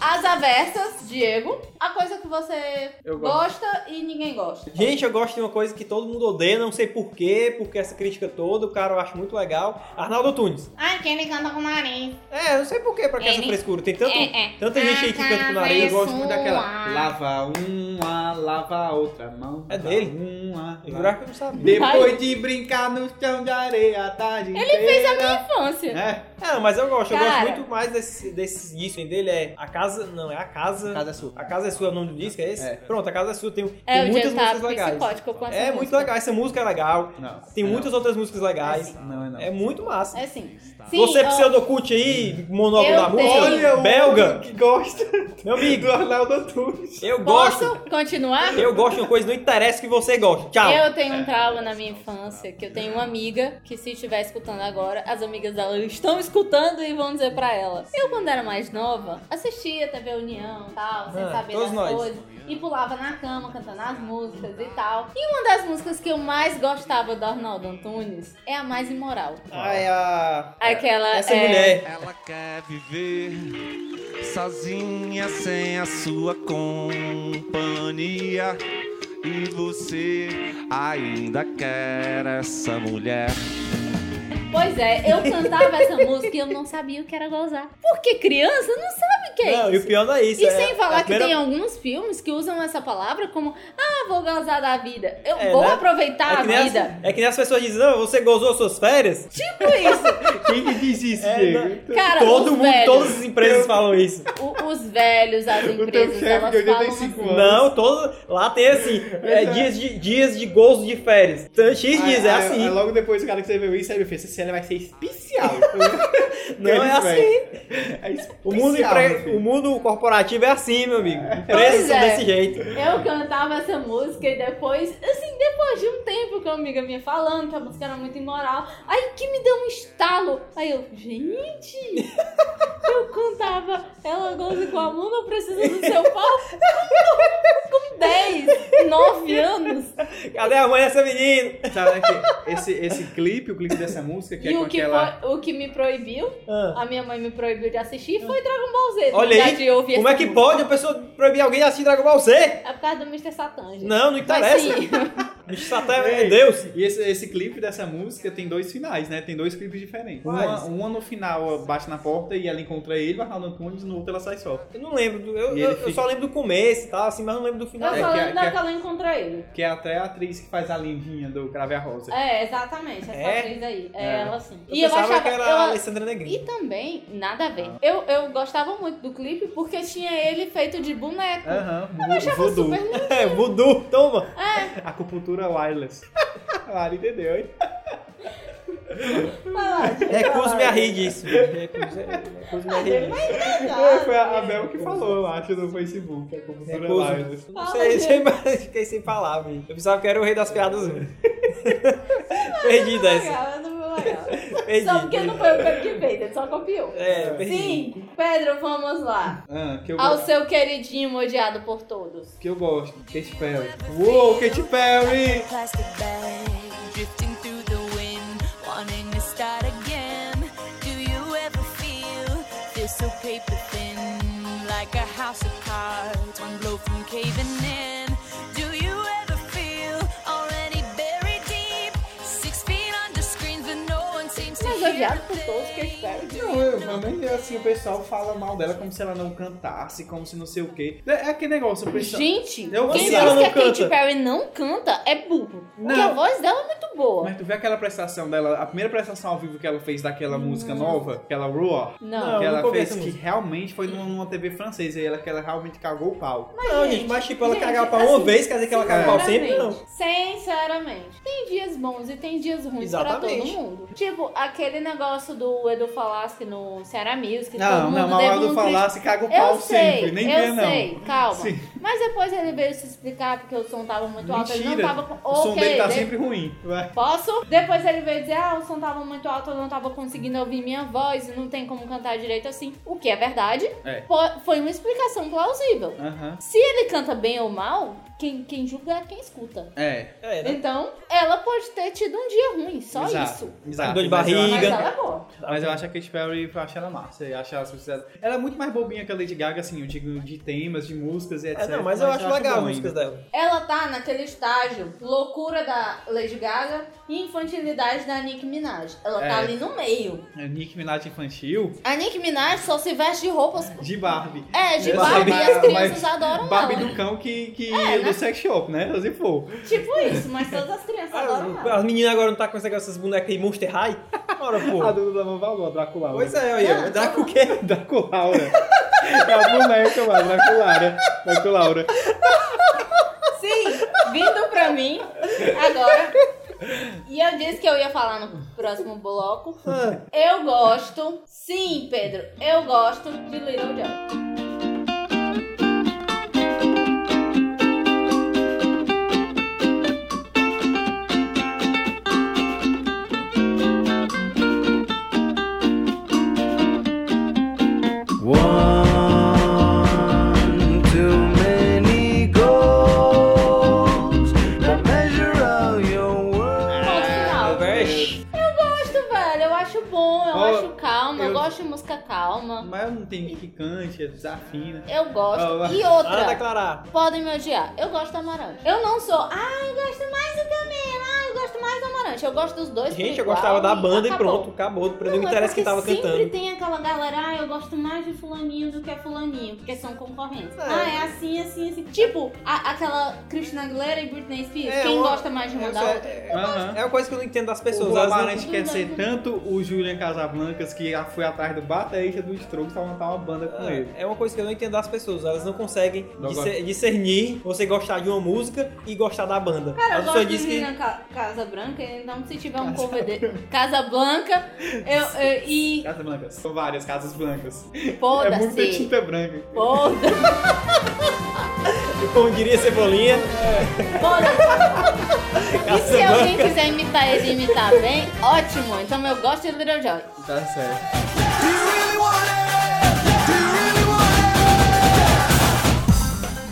Speaker 2: As aversas, Diego. A coisa que você
Speaker 1: Eu gosto.
Speaker 2: gosta e ninguém gosta.
Speaker 1: Gente, eu gosto de uma coisa que todo mundo odeia, não sei porquê, porque essa crítica toda, o cara eu acho muito legal. Arnaldo Tunes.
Speaker 2: Ai, quem ele canta com o nariz.
Speaker 1: É, eu não sei porquê, pra que essa
Speaker 2: Ele-
Speaker 1: frescura. Tem tanto,
Speaker 2: É, é.
Speaker 1: tanta gente aí que canta com o nariz.
Speaker 3: Eu gosto muito
Speaker 2: Sua.
Speaker 3: daquela. Lava uma, lava a outra mão.
Speaker 1: É
Speaker 3: lava
Speaker 1: dele?
Speaker 3: Uma,
Speaker 1: Eu
Speaker 3: lava-
Speaker 1: jurava que eu não sabia.
Speaker 3: Depois de brincar no chão de areia a tarde.
Speaker 2: Ele fez a minha infância.
Speaker 3: É,
Speaker 1: É, mas eu gosto, eu
Speaker 2: Cara.
Speaker 1: gosto muito mais desse, desse disco dele. É A Casa. Não, é A Casa.
Speaker 3: a casa é sua.
Speaker 1: A Casa é Sua, é o nome do disco, é esse?
Speaker 3: É.
Speaker 1: Pronto, A Casa é Sua. Tem,
Speaker 2: É,
Speaker 1: tem
Speaker 2: o
Speaker 1: muitas
Speaker 2: Diego tá
Speaker 1: músicas legais.
Speaker 2: psicótico com essa
Speaker 1: É muito
Speaker 2: música.
Speaker 1: legal, essa música é legal.
Speaker 3: Não.
Speaker 1: Tem
Speaker 3: não.
Speaker 1: muitas outras músicas legais.
Speaker 3: Não, é não.
Speaker 1: É muito massa.
Speaker 2: É sim. sim
Speaker 1: Você
Speaker 2: ó,
Speaker 1: pseudocult aí, monólogo
Speaker 2: Eu
Speaker 1: da música,
Speaker 2: tenho.
Speaker 3: Olha o
Speaker 1: belga,
Speaker 3: que gosta
Speaker 1: meu amigo,
Speaker 3: do Arnaldo Tunes.
Speaker 1: eu gosto.
Speaker 2: Posso continuar?
Speaker 1: Eu gosto de uma coisa, não interessa o que você gosta. Tchau.
Speaker 2: Eu tenho um trauma na minha infância, que eu tenho uma amiga que se estiver escutando agora, as amigas dela estão escutando e vão dizer pra ela. Eu, quando era mais nova, assistia TV União e tal, sem
Speaker 1: Ah,
Speaker 2: saber
Speaker 1: todos
Speaker 2: das
Speaker 1: nós.
Speaker 2: coisas. E pulava na cama, cantando as músicas e tal. E uma das músicas que eu mais gostava do Arnaldo Antunes é a mais imoral.
Speaker 1: Ai, a...
Speaker 2: Aquela
Speaker 1: Ah, Essa
Speaker 2: é,
Speaker 1: mulher.
Speaker 8: Ela quer viver sozinha sem a sua companhia. E você ainda quer essa mulher.
Speaker 2: Pois é, eu cantava essa música e eu não sabia o que era gozar. Porque criança não sabe o que é
Speaker 1: não,
Speaker 2: isso.
Speaker 1: e o pior não é isso.
Speaker 2: E
Speaker 1: é
Speaker 2: sem falar
Speaker 1: a
Speaker 2: que
Speaker 1: primeira-
Speaker 2: tem alguns filmes que usam essa palavra como Ah, vou gozar da vida. Eu
Speaker 1: É,
Speaker 2: vou
Speaker 1: né?
Speaker 2: aproveitar tá
Speaker 1: é
Speaker 2: a
Speaker 1: que nem as-
Speaker 2: vida.
Speaker 1: é que nem as pessoas dizem, não, você gozou suas férias?
Speaker 2: Tipo isso.
Speaker 3: Quem que diz isso,
Speaker 1: É,
Speaker 3: Diego?
Speaker 2: Cara,
Speaker 1: Todo
Speaker 2: os
Speaker 1: mundo,
Speaker 2: velhos,
Speaker 1: todas as empresas falam isso.
Speaker 2: o- os velhos, as
Speaker 3: O teu
Speaker 2: empresas,
Speaker 3: chefe
Speaker 2: elas
Speaker 3: de
Speaker 2: falam
Speaker 3: 85
Speaker 2: assim.
Speaker 3: anos.
Speaker 1: Não, todo... lá tem assim, é, dias, de, dias de gozo de férias. Então, X
Speaker 3: Aí-
Speaker 1: dias, é
Speaker 3: aí-
Speaker 1: assim.
Speaker 3: aí logo depois o cara que você viu isso, aí ele fez, essa cena vai ser especial.
Speaker 1: Não é assim.
Speaker 3: É especial,
Speaker 1: O mundo,
Speaker 3: meu
Speaker 1: empre...
Speaker 3: filho.
Speaker 1: o mundo corporativo é assim, meu amigo. Empresas são
Speaker 2: é.
Speaker 1: desse jeito.
Speaker 2: Eu cantava essa música e depois, assim, depois de um tempo que uma amiga minha falando que a música era muito imoral, aí que me deu um estalo. Aí eu, gente, eu cantava Ela goza com a mão, não precisa do seu pau. Com 10, 9 anos.
Speaker 1: Cadê a mãe dessa menina?
Speaker 3: Sabe que esse, esse clipe, o clipe dessa música, que
Speaker 2: E
Speaker 3: é com
Speaker 2: o que,
Speaker 3: aquela.
Speaker 2: foi- o que me proibiu,
Speaker 1: Ah.
Speaker 2: a minha mãe me proibiu de assistir, foi Dragon Ball Z.
Speaker 1: Olha aí,
Speaker 2: de ouvir
Speaker 1: como é
Speaker 2: essa
Speaker 1: que
Speaker 2: música.
Speaker 1: pode a pessoa proibir alguém de assistir Dragon Ball Z?
Speaker 2: É por causa do Mr. Satan, gente.
Speaker 1: Não, não
Speaker 2: Mas
Speaker 1: interessa.
Speaker 2: sim,
Speaker 1: Bicho Satã é
Speaker 3: Ei,
Speaker 1: Deus.
Speaker 3: E esse, esse clipe dessa música tem dois finais, né? Tem dois clipes diferentes.
Speaker 1: Quais?
Speaker 3: Uma, uma no final ó, bate na porta e ela encontra ele, o Arnaldo Antunes, no outro ela sai só.
Speaker 1: Eu não lembro, do- eu,
Speaker 3: E
Speaker 1: eu-
Speaker 3: ele
Speaker 1: eu só lembro do começo e tal, assim, mas não lembro do
Speaker 2: eu
Speaker 1: final.
Speaker 3: É,
Speaker 2: só
Speaker 3: que-
Speaker 2: lembro
Speaker 3: que-
Speaker 2: daquela encontra ele.
Speaker 3: Que é até a atriz que faz a lindinha do Crave a Rosa.
Speaker 2: É, exatamente, essa
Speaker 1: É?
Speaker 2: atriz aí. É,
Speaker 3: É.
Speaker 2: ela sim.
Speaker 1: Eu
Speaker 2: e eu
Speaker 1: pensava
Speaker 2: achava.
Speaker 1: que era
Speaker 2: eu-
Speaker 1: a Alessandra Negrini.
Speaker 2: E também, nada a ver.
Speaker 3: Ah.
Speaker 2: Eu, eu gostava muito do clipe porque tinha ele feito de boneco.
Speaker 3: Aham,
Speaker 2: É. Eu achava
Speaker 3: vo- voodoo.
Speaker 2: super lindo.
Speaker 1: É, voodoo, toma.
Speaker 3: Acupuntura wireless. Lara entendeu, hein?
Speaker 2: Vai lá, gente.
Speaker 1: Recuso-me a rir disso. Recuso-me a rir disso.
Speaker 3: Foi a Abel que falou, eu acho, no Facebook. é Acupuntura
Speaker 1: Recuso.
Speaker 3: wireless.
Speaker 1: Não sei, sei, mas fiquei sem palavras. Eu pensava que era o rei das piadas mesmo. Perdi dessa.
Speaker 2: Legal, não foi legal.
Speaker 1: Perdi.
Speaker 2: Só porque não foi o Pedro que fez, ele só copiou.
Speaker 1: É, perdi.
Speaker 2: Sim, Pedro, vamos lá.
Speaker 3: Ah, que eu
Speaker 2: Ao
Speaker 3: gosto.
Speaker 2: seu queridinho odiado por todos.
Speaker 3: Que eu gosto. Katy Perry. Uou, Katy Perry!
Speaker 11: plastic bag drifting through the wind wanting to start again do you ever feel this so paper thin like a house of cards one blow from caving in do you ever feel already buried deep six feet under screens but no one seems to
Speaker 2: Mas menos odiado por todos que eu espero.
Speaker 3: Não, eu, pelo menos assim, o pessoal fala mal dela como se ela não cantasse, como se não sei o quê. É, é aquele negócio, o pessoal-
Speaker 2: Gente,
Speaker 3: Eu-
Speaker 2: quem diz
Speaker 3: se
Speaker 2: que
Speaker 3: ela não
Speaker 2: a Katy
Speaker 3: canta.
Speaker 2: Perry não canta é burro. Porque
Speaker 3: Não.
Speaker 2: a voz dela é muito boa.
Speaker 3: Mas tu vê aquela prestação dela, a primeira prestação ao vivo que ela fez daquela música nova, aquela Raw,
Speaker 2: Não.
Speaker 3: que
Speaker 1: Não,
Speaker 3: ela
Speaker 1: nunca ouvi
Speaker 3: fez
Speaker 1: essa
Speaker 3: que
Speaker 1: música.
Speaker 3: realmente foi numa, numa TV francesa e ela, que ela realmente cagou o pau.
Speaker 1: Não, gente, mas tipo, ela cagar pra uma vez, quer dizer que ela caga pau sempre? Não.
Speaker 2: assim, Sinceramente, Sinceramente, tem dias bons e tem dias ruins pra
Speaker 1: Exatamente.
Speaker 2: todo mundo. Tipo, aquele negócio do Edu Falasque no Ceará Music. todo
Speaker 3: Não,
Speaker 2: mundo
Speaker 3: não, mas o
Speaker 2: deve
Speaker 3: Aldo
Speaker 2: um
Speaker 3: falasse caga o
Speaker 2: cri- Eu
Speaker 3: pau
Speaker 2: sei,
Speaker 3: sempre, nem
Speaker 2: eu
Speaker 3: vê não.
Speaker 2: sei, calma.
Speaker 3: Sim.
Speaker 2: Mas depois ele veio se explicar porque o som tava muito alto, ele não
Speaker 3: Mentira.
Speaker 2: tava com...
Speaker 3: O som
Speaker 2: Ok, né?
Speaker 3: dele tá
Speaker 2: de-
Speaker 3: sempre ruim. Vai.
Speaker 2: Posso? Depois ele veio dizer, ah, o som tava muito alto, eu não tava conseguindo ouvir minha voz e não tem como cantar direito assim. O que é verdade.
Speaker 3: É.
Speaker 2: Fo- Foi uma explicação plausível.
Speaker 3: Aham.
Speaker 2: Se ele canta bem ou mal, quem, quem julga é quem escuta.
Speaker 3: É.
Speaker 1: É, né?
Speaker 2: Então, ela pode ter tido um dia ruim, só
Speaker 3: Exato,
Speaker 2: isso.
Speaker 3: Exato.
Speaker 1: Dor de
Speaker 3: Mas eu
Speaker 2: Mas
Speaker 3: acho-
Speaker 1: barriga.
Speaker 2: ela é boa.
Speaker 3: Mas eu acho a Katy Perry, eu acho ela massa. Eu acho ela sucesso. Ela é muito mais bobinha que a Lady Gaga, assim, eu digo de temas, de músicas e etc.
Speaker 1: É, não, mas eu acho legal as músicas dela.
Speaker 2: Ela tá naquele estágio loucura da Lady Gaga e infantilidade da Nicki Minaj. Ela
Speaker 3: É.
Speaker 2: tá ali no meio.
Speaker 3: É Nick Minaj infantil,
Speaker 2: A Nicki Minaj só se veste de roupas...
Speaker 3: de Barbie.
Speaker 2: É, de
Speaker 3: Eu
Speaker 2: Barbie
Speaker 3: sei,
Speaker 2: e as
Speaker 3: mas-
Speaker 2: crianças
Speaker 3: mas
Speaker 2: adoram
Speaker 3: Barbie
Speaker 2: ela.
Speaker 3: do cão que, que é, do sex shop, né? Se for.
Speaker 2: Tipo isso, mas todas as crianças adoram
Speaker 1: As,
Speaker 2: ela.
Speaker 1: as meninas agora Ah, não tá com esse negócio, essas bonecas aí, Monster High? Ora,
Speaker 3: A
Speaker 2: Ah,
Speaker 1: pô.
Speaker 3: Duda não valor, a Draculaura.
Speaker 1: Pois é, olha, dá com o quê?
Speaker 3: Draculaura. É a boneca, mano. Draculaura. Draculaura.
Speaker 2: Sim, vindo pra mim agora. E eu disse que eu ia falar no próximo bloco.
Speaker 1: Ah.
Speaker 2: Eu gosto, sim, Pedro, eu gosto de Little John.
Speaker 4: One too many goals, the measure of your worth.
Speaker 2: Ponto
Speaker 1: Ah.
Speaker 2: final.
Speaker 1: Vesh.
Speaker 2: Eu gosto, velho, eu acho bom, eu
Speaker 3: Ó,
Speaker 2: acho calma, eu...
Speaker 3: eu-
Speaker 2: gosto de música calma.
Speaker 3: Mas eu não tenho que cante, é desafina.
Speaker 2: Eu
Speaker 3: Ó,
Speaker 2: gosto. E
Speaker 1: Ah,
Speaker 2: outra,
Speaker 1: declarar.
Speaker 2: podem me odiar, eu gosto da Amarante. Eu não sou, ah, eu gosto mais do Camila, ah, eu gosto mais da Amarante. Eu gosto dos dois. por
Speaker 1: Gente, eu
Speaker 2: igual
Speaker 1: gostava da banda e
Speaker 2: acabou.
Speaker 1: pronto, acabou. Pra não me
Speaker 2: é
Speaker 1: interessa quem
Speaker 2: porque
Speaker 1: tava
Speaker 2: Sempre
Speaker 1: cantando.
Speaker 2: tem aquela galera, ah, eu gosto mais de fulaninho do que fulaninho, porque são concorrentes. Ah, é assim, assim, assim. Tipo, a- aquela Christina Aguilera e Britney Spears,
Speaker 1: É,
Speaker 2: quem
Speaker 1: uma-
Speaker 2: gosta mais de uma
Speaker 1: Eu
Speaker 2: da
Speaker 1: só-
Speaker 2: outra?
Speaker 1: é-
Speaker 3: Aham.
Speaker 1: É uma coisa que eu não entendo das pessoas.
Speaker 3: O
Speaker 1: elas não-
Speaker 3: Amarante quer ser tanto o Julian Casablancas, que foi atrás do baterista do Strokes pra montar uma banda com
Speaker 1: Ah,
Speaker 3: ele.
Speaker 1: É uma coisa que eu não entendo das pessoas. Elas não conseguem
Speaker 3: Não
Speaker 1: discer- discernir você gostar de uma música e gostar da banda.
Speaker 2: Cara,
Speaker 1: a
Speaker 2: eu
Speaker 1: pessoa
Speaker 2: gosto de
Speaker 1: diz que.
Speaker 2: Juliana Ca- Casa Branca, então se tiver um cover de Casa Blanca, eu, eu- e
Speaker 3: Casas Blancas. São várias Casas Blancas. é muita
Speaker 2: foda-se.
Speaker 3: tinta branca.
Speaker 2: Foda-se.
Speaker 1: Como diria Cebolinha,
Speaker 2: foda-se. E
Speaker 1: Casa
Speaker 2: se alguém
Speaker 1: Branca.
Speaker 2: quiser imitar ele e imitar bem, ótimo. Então eu gosto de Little Joy.
Speaker 3: Tá certo.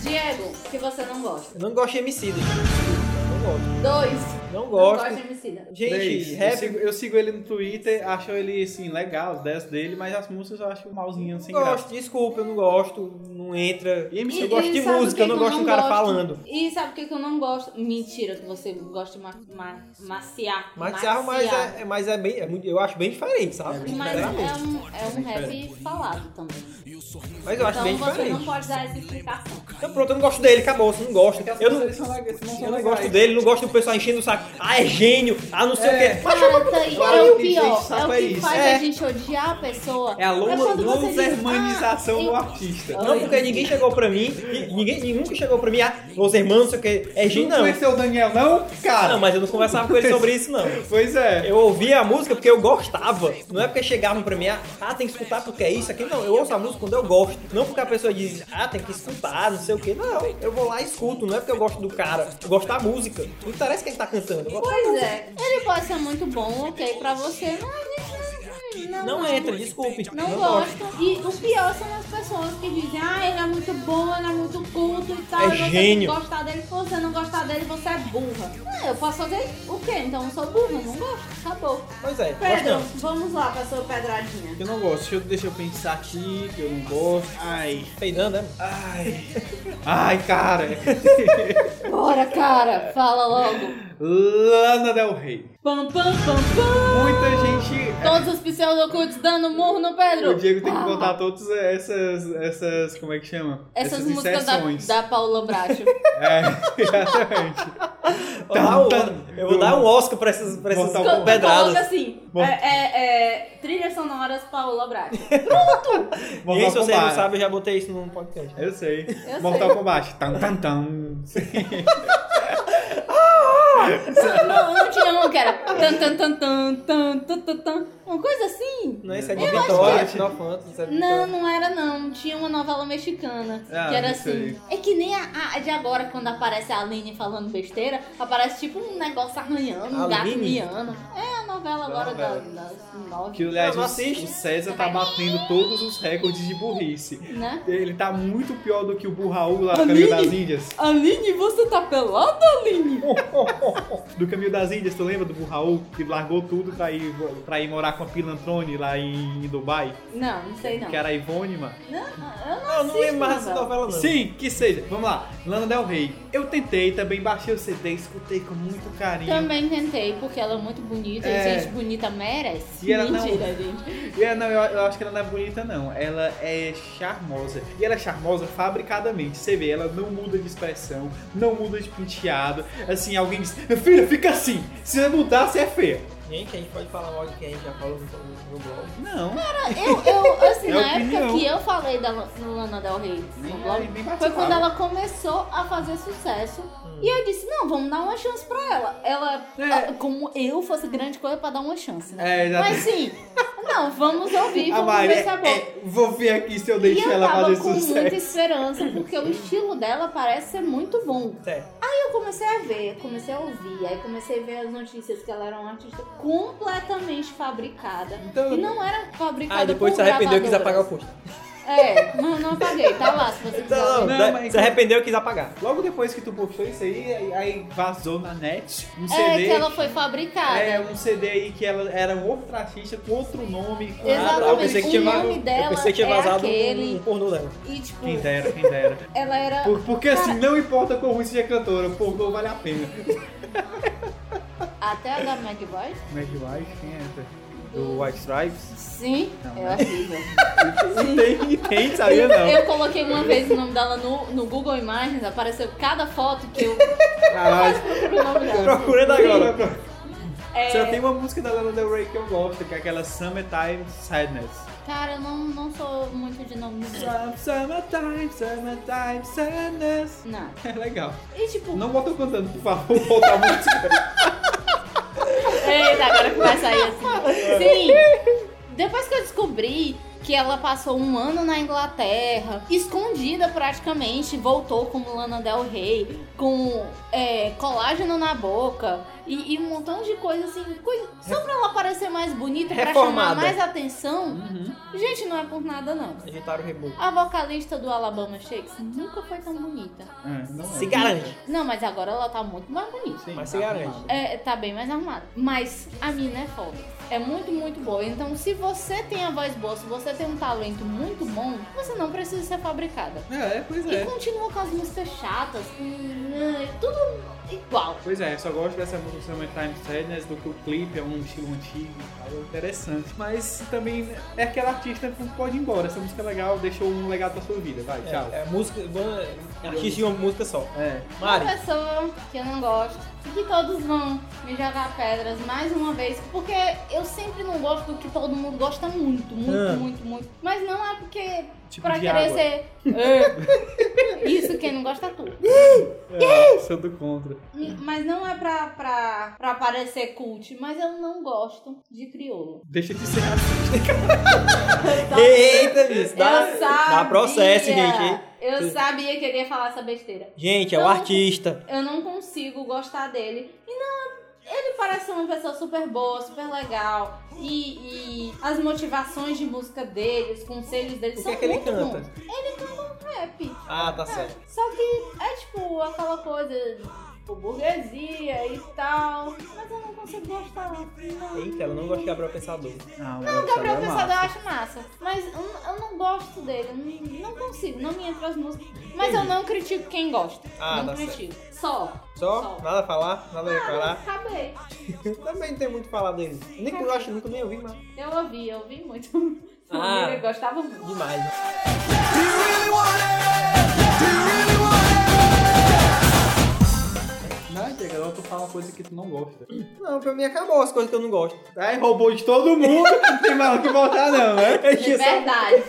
Speaker 2: Diego, se você não gosta.
Speaker 1: Eu não gosto de MC. Não gosto.
Speaker 2: Dois.
Speaker 1: Não
Speaker 2: Não gosto de
Speaker 1: gosto.
Speaker 2: Emicida.
Speaker 1: Gente,
Speaker 3: eu,
Speaker 1: rap.
Speaker 3: sigo, eu sigo ele no Twitter, acho ele, assim, legal, os 10 dele, mas as músicas eu acho malzinhas, sem
Speaker 1: Não
Speaker 3: graça.
Speaker 1: gosto, desculpa, eu não gosto. Não entra. E MC,
Speaker 2: E-
Speaker 1: eu gosto
Speaker 2: e
Speaker 1: de
Speaker 2: sabe o que é
Speaker 1: música, eu não
Speaker 2: que eu
Speaker 1: gosto de um cara
Speaker 2: gosto?
Speaker 1: falando.
Speaker 2: E sabe o que, que eu não gosto? Mentira, que você gosta de ma ma maciar.
Speaker 1: Mas, Thiago, mas, é, é- mas é bem. é muito- eu acho bem diferente, sabe?
Speaker 2: Mas é
Speaker 1: Sinceramente.
Speaker 2: um, é um rap falado também.
Speaker 1: Mas eu acho
Speaker 2: então
Speaker 1: bem
Speaker 2: você
Speaker 1: diferente.
Speaker 2: não pode dar essa explicação.
Speaker 1: Então pronto, eu não gosto dele, acabou, você não gosta.
Speaker 3: Porque as
Speaker 1: Eu não,
Speaker 3: pessoas são legais, não são
Speaker 1: eu não
Speaker 3: legais.
Speaker 1: gosto dele, não gosto do pessoal enchendo o saco. Ah, é gênio, ah, não sei o quê. Mas
Speaker 2: Cara, tá aí,
Speaker 3: pariu,
Speaker 2: é o
Speaker 3: que gente,
Speaker 2: pior. É
Speaker 3: saco
Speaker 2: o
Speaker 3: é
Speaker 2: que
Speaker 3: isso.
Speaker 2: faz
Speaker 1: É.
Speaker 2: a gente odiar a pessoa.
Speaker 3: É a loma-
Speaker 2: quando você diz,
Speaker 3: losermanização
Speaker 2: ah,
Speaker 3: do
Speaker 2: eu-
Speaker 3: artista.
Speaker 1: Não, porque ninguém chegou pra mim, e ninguém e nunca chegou pra mim, ah, Los Hermanos, não sei o que, é
Speaker 3: Tu
Speaker 1: gênio,
Speaker 3: não
Speaker 1: não.
Speaker 3: conheceu o Daniel, não? Cara,
Speaker 1: Não, mas eu não conversava com ele sobre isso, não.
Speaker 3: pois é.
Speaker 1: Eu ouvia a música porque eu gostava. Não é porque chegavam pra mim, ah, ah, tem que escutar porque é isso aqui. Não, eu ouço a música quando eu gosto. Não porque a pessoa diz, ah, tem que escutar, não sei o quê. Não, eu vou lá e escuto. Não é porque eu gosto do cara. Eu gosto da música. Não interessa quem tá cantando. Eu gosto da
Speaker 2: Pois
Speaker 1: música.
Speaker 2: é. Ele pode ser muito bom, ok, pra você. Mas a gente não,
Speaker 1: Não é, entra, desculpe.
Speaker 2: Não,
Speaker 1: gosto.
Speaker 2: gosto. E o pior são as pessoas que dizem, ah, ele é muito bom, ele é muito culto e tal.
Speaker 1: É
Speaker 2: e você
Speaker 1: gênio.
Speaker 2: Não gostar dele, se você não gostar dele, você é burra. Ah, eu posso fazer o quê? Então eu sou burra, não gosto. Acabou.
Speaker 1: Pois é, gosto
Speaker 2: Pedro,
Speaker 1: não.
Speaker 2: vamos lá pra sua pedradinha.
Speaker 3: Eu não gosto, deixa eu, deixa eu pensar aqui que eu não gosto. Ai,
Speaker 1: Peidando, né?
Speaker 3: ai, ai, cara.
Speaker 2: Bora, cara, fala logo.
Speaker 3: Lana Del Rey.
Speaker 2: Pam, pam, pam, pam.
Speaker 3: Muita gente.
Speaker 2: Todos os pixels ocultos dando murro no Pedro.
Speaker 3: O Diego tem que
Speaker 2: Ah,
Speaker 3: botar todas essas, essas. Como é que chama?
Speaker 2: Essas músicas da, da Paula Bracho.
Speaker 3: É, exatamente.
Speaker 1: Vou
Speaker 3: Tá
Speaker 1: dar um- eu vou dar um Oscar pra essas, pra essas
Speaker 3: Mortal Kombat.
Speaker 1: pedradas.
Speaker 2: Coloca assim,
Speaker 1: Bom.
Speaker 2: é, é, é, trilhas sonoras Paula Bracho.
Speaker 1: E aí, se
Speaker 3: Mortal
Speaker 1: vocês não
Speaker 3: Kombat.
Speaker 1: sabem, eu já botei isso num podcast.
Speaker 3: Eu sei.
Speaker 2: Eu
Speaker 3: Mortal
Speaker 2: sei.
Speaker 3: Kombat. Tam, tam, tam.
Speaker 2: Não, não tinha uma que era tan tan tan tan tan tan tan tan. Uma coisa assim.
Speaker 1: Não, isso é de
Speaker 3: Eu acho
Speaker 1: Vitória,
Speaker 3: que é.
Speaker 1: Final Fantasy. isso é de
Speaker 2: Não,
Speaker 1: Vitória.
Speaker 2: não era não. Tinha uma novela mexicana
Speaker 3: Ah,
Speaker 2: que era
Speaker 3: não
Speaker 2: assim. É que nem a, a de agora, quando aparece a Aline falando besteira, aparece tipo um negócio arranhando, um gato
Speaker 1: Aline?
Speaker 2: miando. É a novela agora da,
Speaker 3: novela.
Speaker 2: das nove,
Speaker 3: Que, aliás,
Speaker 1: Não,
Speaker 3: o,
Speaker 1: não assiste.
Speaker 3: o César tá batendo todos os recordes de burrice.
Speaker 2: né?
Speaker 3: Ele tá muito pior do que o Burraú lá no
Speaker 2: Aline?
Speaker 3: Caminho das Índias.
Speaker 2: Aline, você tá pelada, Aline?
Speaker 3: Do Caminho das Índias, tu lembra do Burraú? Que largou tudo pra ir, pra ir morar com a Pilantrone lá em, em Dubai?
Speaker 2: Não, não sei não.
Speaker 3: Que era a Ivone, mano.
Speaker 2: Não, eu não
Speaker 1: Não, não
Speaker 2: assisto
Speaker 1: lembro mais dessa
Speaker 2: novela.
Speaker 1: novela, não.
Speaker 3: Sim, que seja. Vamos lá. Lana Del Rey. Eu tentei também, baixei o CD, escutei com muito carinho.
Speaker 2: Também tentei, porque ela é muito bonita
Speaker 3: É.
Speaker 2: e gente bonita merece.
Speaker 3: E ela não-
Speaker 2: Mentira, gente.
Speaker 3: E ela, não, eu, eu acho que ela não é bonita, não. Ela é charmosa. E ela é charmosa fabricadamente. Você vê, ela não muda de expressão, não muda de penteado. Assim, alguém diz, "Minha filha, fica assim. Se você mudar, você é feia.
Speaker 1: Gente, a gente pode falar mal de quem a gente já falou no, no blog.
Speaker 3: Não.
Speaker 2: Eu, eu assim,
Speaker 3: É
Speaker 2: na
Speaker 3: opinião.
Speaker 2: época que eu falei da Lan- Lana Del Rey
Speaker 3: Nem-
Speaker 2: no blog,
Speaker 3: nem
Speaker 2: foi
Speaker 3: participava.
Speaker 2: quando ela começou a fazer sucesso. E eu disse, não, vamos dar uma chance pra ela. Ela,
Speaker 3: É.
Speaker 2: ah, como eu, fosse grande coisa pra dar uma chance, né?
Speaker 3: É, exato.
Speaker 2: Mas sim, não, vamos ouvir,
Speaker 3: A
Speaker 2: vamos
Speaker 3: Maria,
Speaker 2: ver se é bom.
Speaker 3: é, vou ver aqui se eu
Speaker 2: E
Speaker 3: deixo
Speaker 2: eu
Speaker 3: ela
Speaker 2: tava
Speaker 3: fazer
Speaker 2: com muita
Speaker 3: sucesso.
Speaker 2: esperança, porque o estilo dela parece ser muito bom.
Speaker 1: Certo.
Speaker 2: eu comecei a ver, comecei a ouvir, aí comecei a ver as notícias que ela era uma artista completamente fabricada.
Speaker 1: Então-
Speaker 2: e não era fabricada
Speaker 1: Ah, depois
Speaker 2: por
Speaker 1: se arrependeu e quis
Speaker 2: gravadoras.
Speaker 1: apagar o custo.
Speaker 2: É, não, não apaguei, tá lá se você quiser.
Speaker 1: Não,
Speaker 2: ver.
Speaker 3: Não,
Speaker 1: não,
Speaker 3: mas- é-
Speaker 1: se arrependeu e quis apagar.
Speaker 3: Logo depois que tu postou isso aí, aí- aí vazou na net um
Speaker 2: É
Speaker 3: CD.
Speaker 2: que ela foi fabricada.
Speaker 3: é, um CD aí que ela era um outro artista com outro nome. com-
Speaker 2: Exatamente.
Speaker 1: eu pensei que
Speaker 2: O
Speaker 1: tinha, va-
Speaker 2: nome dela
Speaker 1: eu pensei que tinha
Speaker 2: é
Speaker 1: vazado
Speaker 2: aquele.
Speaker 1: um pornô dela.
Speaker 2: E tipo,
Speaker 3: Quem dera, quem dera.
Speaker 2: ela era.
Speaker 3: Por- porque assim, não importa quão ruim seja a cantora, o pornô vale a pena.
Speaker 2: Até a da McBoy?
Speaker 3: Mad Wife, quem é essa? Do White Stripes?
Speaker 2: Sim,
Speaker 3: Não,
Speaker 2: é
Speaker 3: né?
Speaker 2: horrível.
Speaker 3: Não tem, tem, sabia não.
Speaker 2: Eu coloquei uma vez o nome dela no, no Google Imagens, apareceu cada foto que eu.
Speaker 3: Caralho.
Speaker 2: o nome dela.
Speaker 3: Procurando agora.
Speaker 2: É,
Speaker 3: Só tem uma música da Lana Del Rey que eu gosto, que é aquela Summertime Sadness.
Speaker 2: Cara, eu não, não sou muito de nome.
Speaker 3: Sum- Summertime, Summertime Sadness.
Speaker 2: Não.
Speaker 3: É legal.
Speaker 2: E tipo,
Speaker 3: Não bota eu cantando, por favor, volta a música.
Speaker 2: Eita, agora que vai sair assim. Sim. Depois que eu descobri que ela passou um ano na Inglaterra, escondida praticamente, voltou como Lana Del Rey, com é, colágeno na boca e, e um montão de coisa assim, coisa, só pra ela parecer mais bonita, pra chamar
Speaker 1: Reformada.
Speaker 2: mais atenção. Gente, não é por nada não.
Speaker 1: Agitaram o reboco.
Speaker 2: A vocalista do Alabama Shakes nunca foi tão bonita.
Speaker 3: Ah, não é.
Speaker 1: Se garante.
Speaker 2: Não, mas agora ela tá muito mais bonita.
Speaker 3: Sim,
Speaker 1: Mas se
Speaker 3: tá
Speaker 1: garante.
Speaker 3: arrumado.
Speaker 2: É, tá bem mais arrumado. Mas a mina é foda. É muito, muito boa. Então, se você tem a voz boa, se você tem um talento muito bom, você não precisa ser fabricada.
Speaker 3: É, pois
Speaker 2: E
Speaker 3: é.
Speaker 2: continua com as músicas chatas, com- né, tudo igual.
Speaker 3: Pois é, só gosto dessa música Summertime Sadness do que o clipe é um estilo antigo e tal, é interessante. Mas também é aquela artista que pode ir embora. Essa música é legal, deixou um legado pra sua vida. Vai,
Speaker 1: É,
Speaker 3: tchau.
Speaker 1: é música, banda- artista de uma música só.
Speaker 3: É.
Speaker 1: Mari,
Speaker 2: Uma pessoa que eu não gosto e que todos vão me jogar pedras mais uma vez, porque eu sempre não gosto do que todo mundo gosta muito, muito,
Speaker 1: Ah.
Speaker 2: muito, muito. Mas não é porque
Speaker 3: Tipo
Speaker 2: pra
Speaker 3: de
Speaker 2: querer
Speaker 3: água.
Speaker 2: ser. Isso, quem não gosta é tu.
Speaker 3: É, sou do contra.
Speaker 2: Mas não é pra, pra, pra parecer cult, mas eu não gosto de crioulo. Então,
Speaker 3: Deixa de ser racista.
Speaker 1: eita, bicho. Dá,
Speaker 2: eu sabia!
Speaker 1: dá processo, gente. hein?
Speaker 2: Eu
Speaker 1: Vocês-
Speaker 2: sabia que ele ia falar essa besteira.
Speaker 1: Gente, é o
Speaker 2: Não.
Speaker 1: artista.
Speaker 2: Eu não consigo gostar dele. E não, ele parece uma pessoa super boa, super legal. E, e as motivações de música dele, os conselhos dele
Speaker 1: O que
Speaker 2: são
Speaker 1: é que ele
Speaker 2: muito
Speaker 1: canta?
Speaker 2: bons. Ele canta um rap.
Speaker 1: Ah, tá certo.
Speaker 2: Só que é tipo aquela coisa, tipo, burguesia e tal. Mas eu não consigo gostar. Não.
Speaker 1: Eita, eu não gosto de Gabriel Pensador. Não,
Speaker 2: Não, Gabriel Pensador eu acho massa. Mas eu, eu não gosto dele. eu Não, não consigo, não me entra as músicas. Mas eu não critico quem gosta.
Speaker 1: Ah,
Speaker 2: não
Speaker 1: tá certo.
Speaker 2: critico. Só.
Speaker 1: Só? Nada a falar? Nada a
Speaker 2: Ah,
Speaker 1: declarar?
Speaker 2: acabei.
Speaker 1: Também não tem muito a falar dele. Nem que eu acho nunca nem ouvi, mas.
Speaker 2: Eu ouvi, eu ouvi muito.
Speaker 1: Ah.
Speaker 2: Eu gostava muito.
Speaker 1: Demais. né?
Speaker 3: Não, chega, agora tu fala uma coisa que tu não gosta.
Speaker 1: Não, pra mim acabou as coisas que eu não gosto.
Speaker 3: Aí É, roubou de todo mundo, não tem mais o que botar não, né?
Speaker 1: Eu tinha, só,
Speaker 2: É Verdade.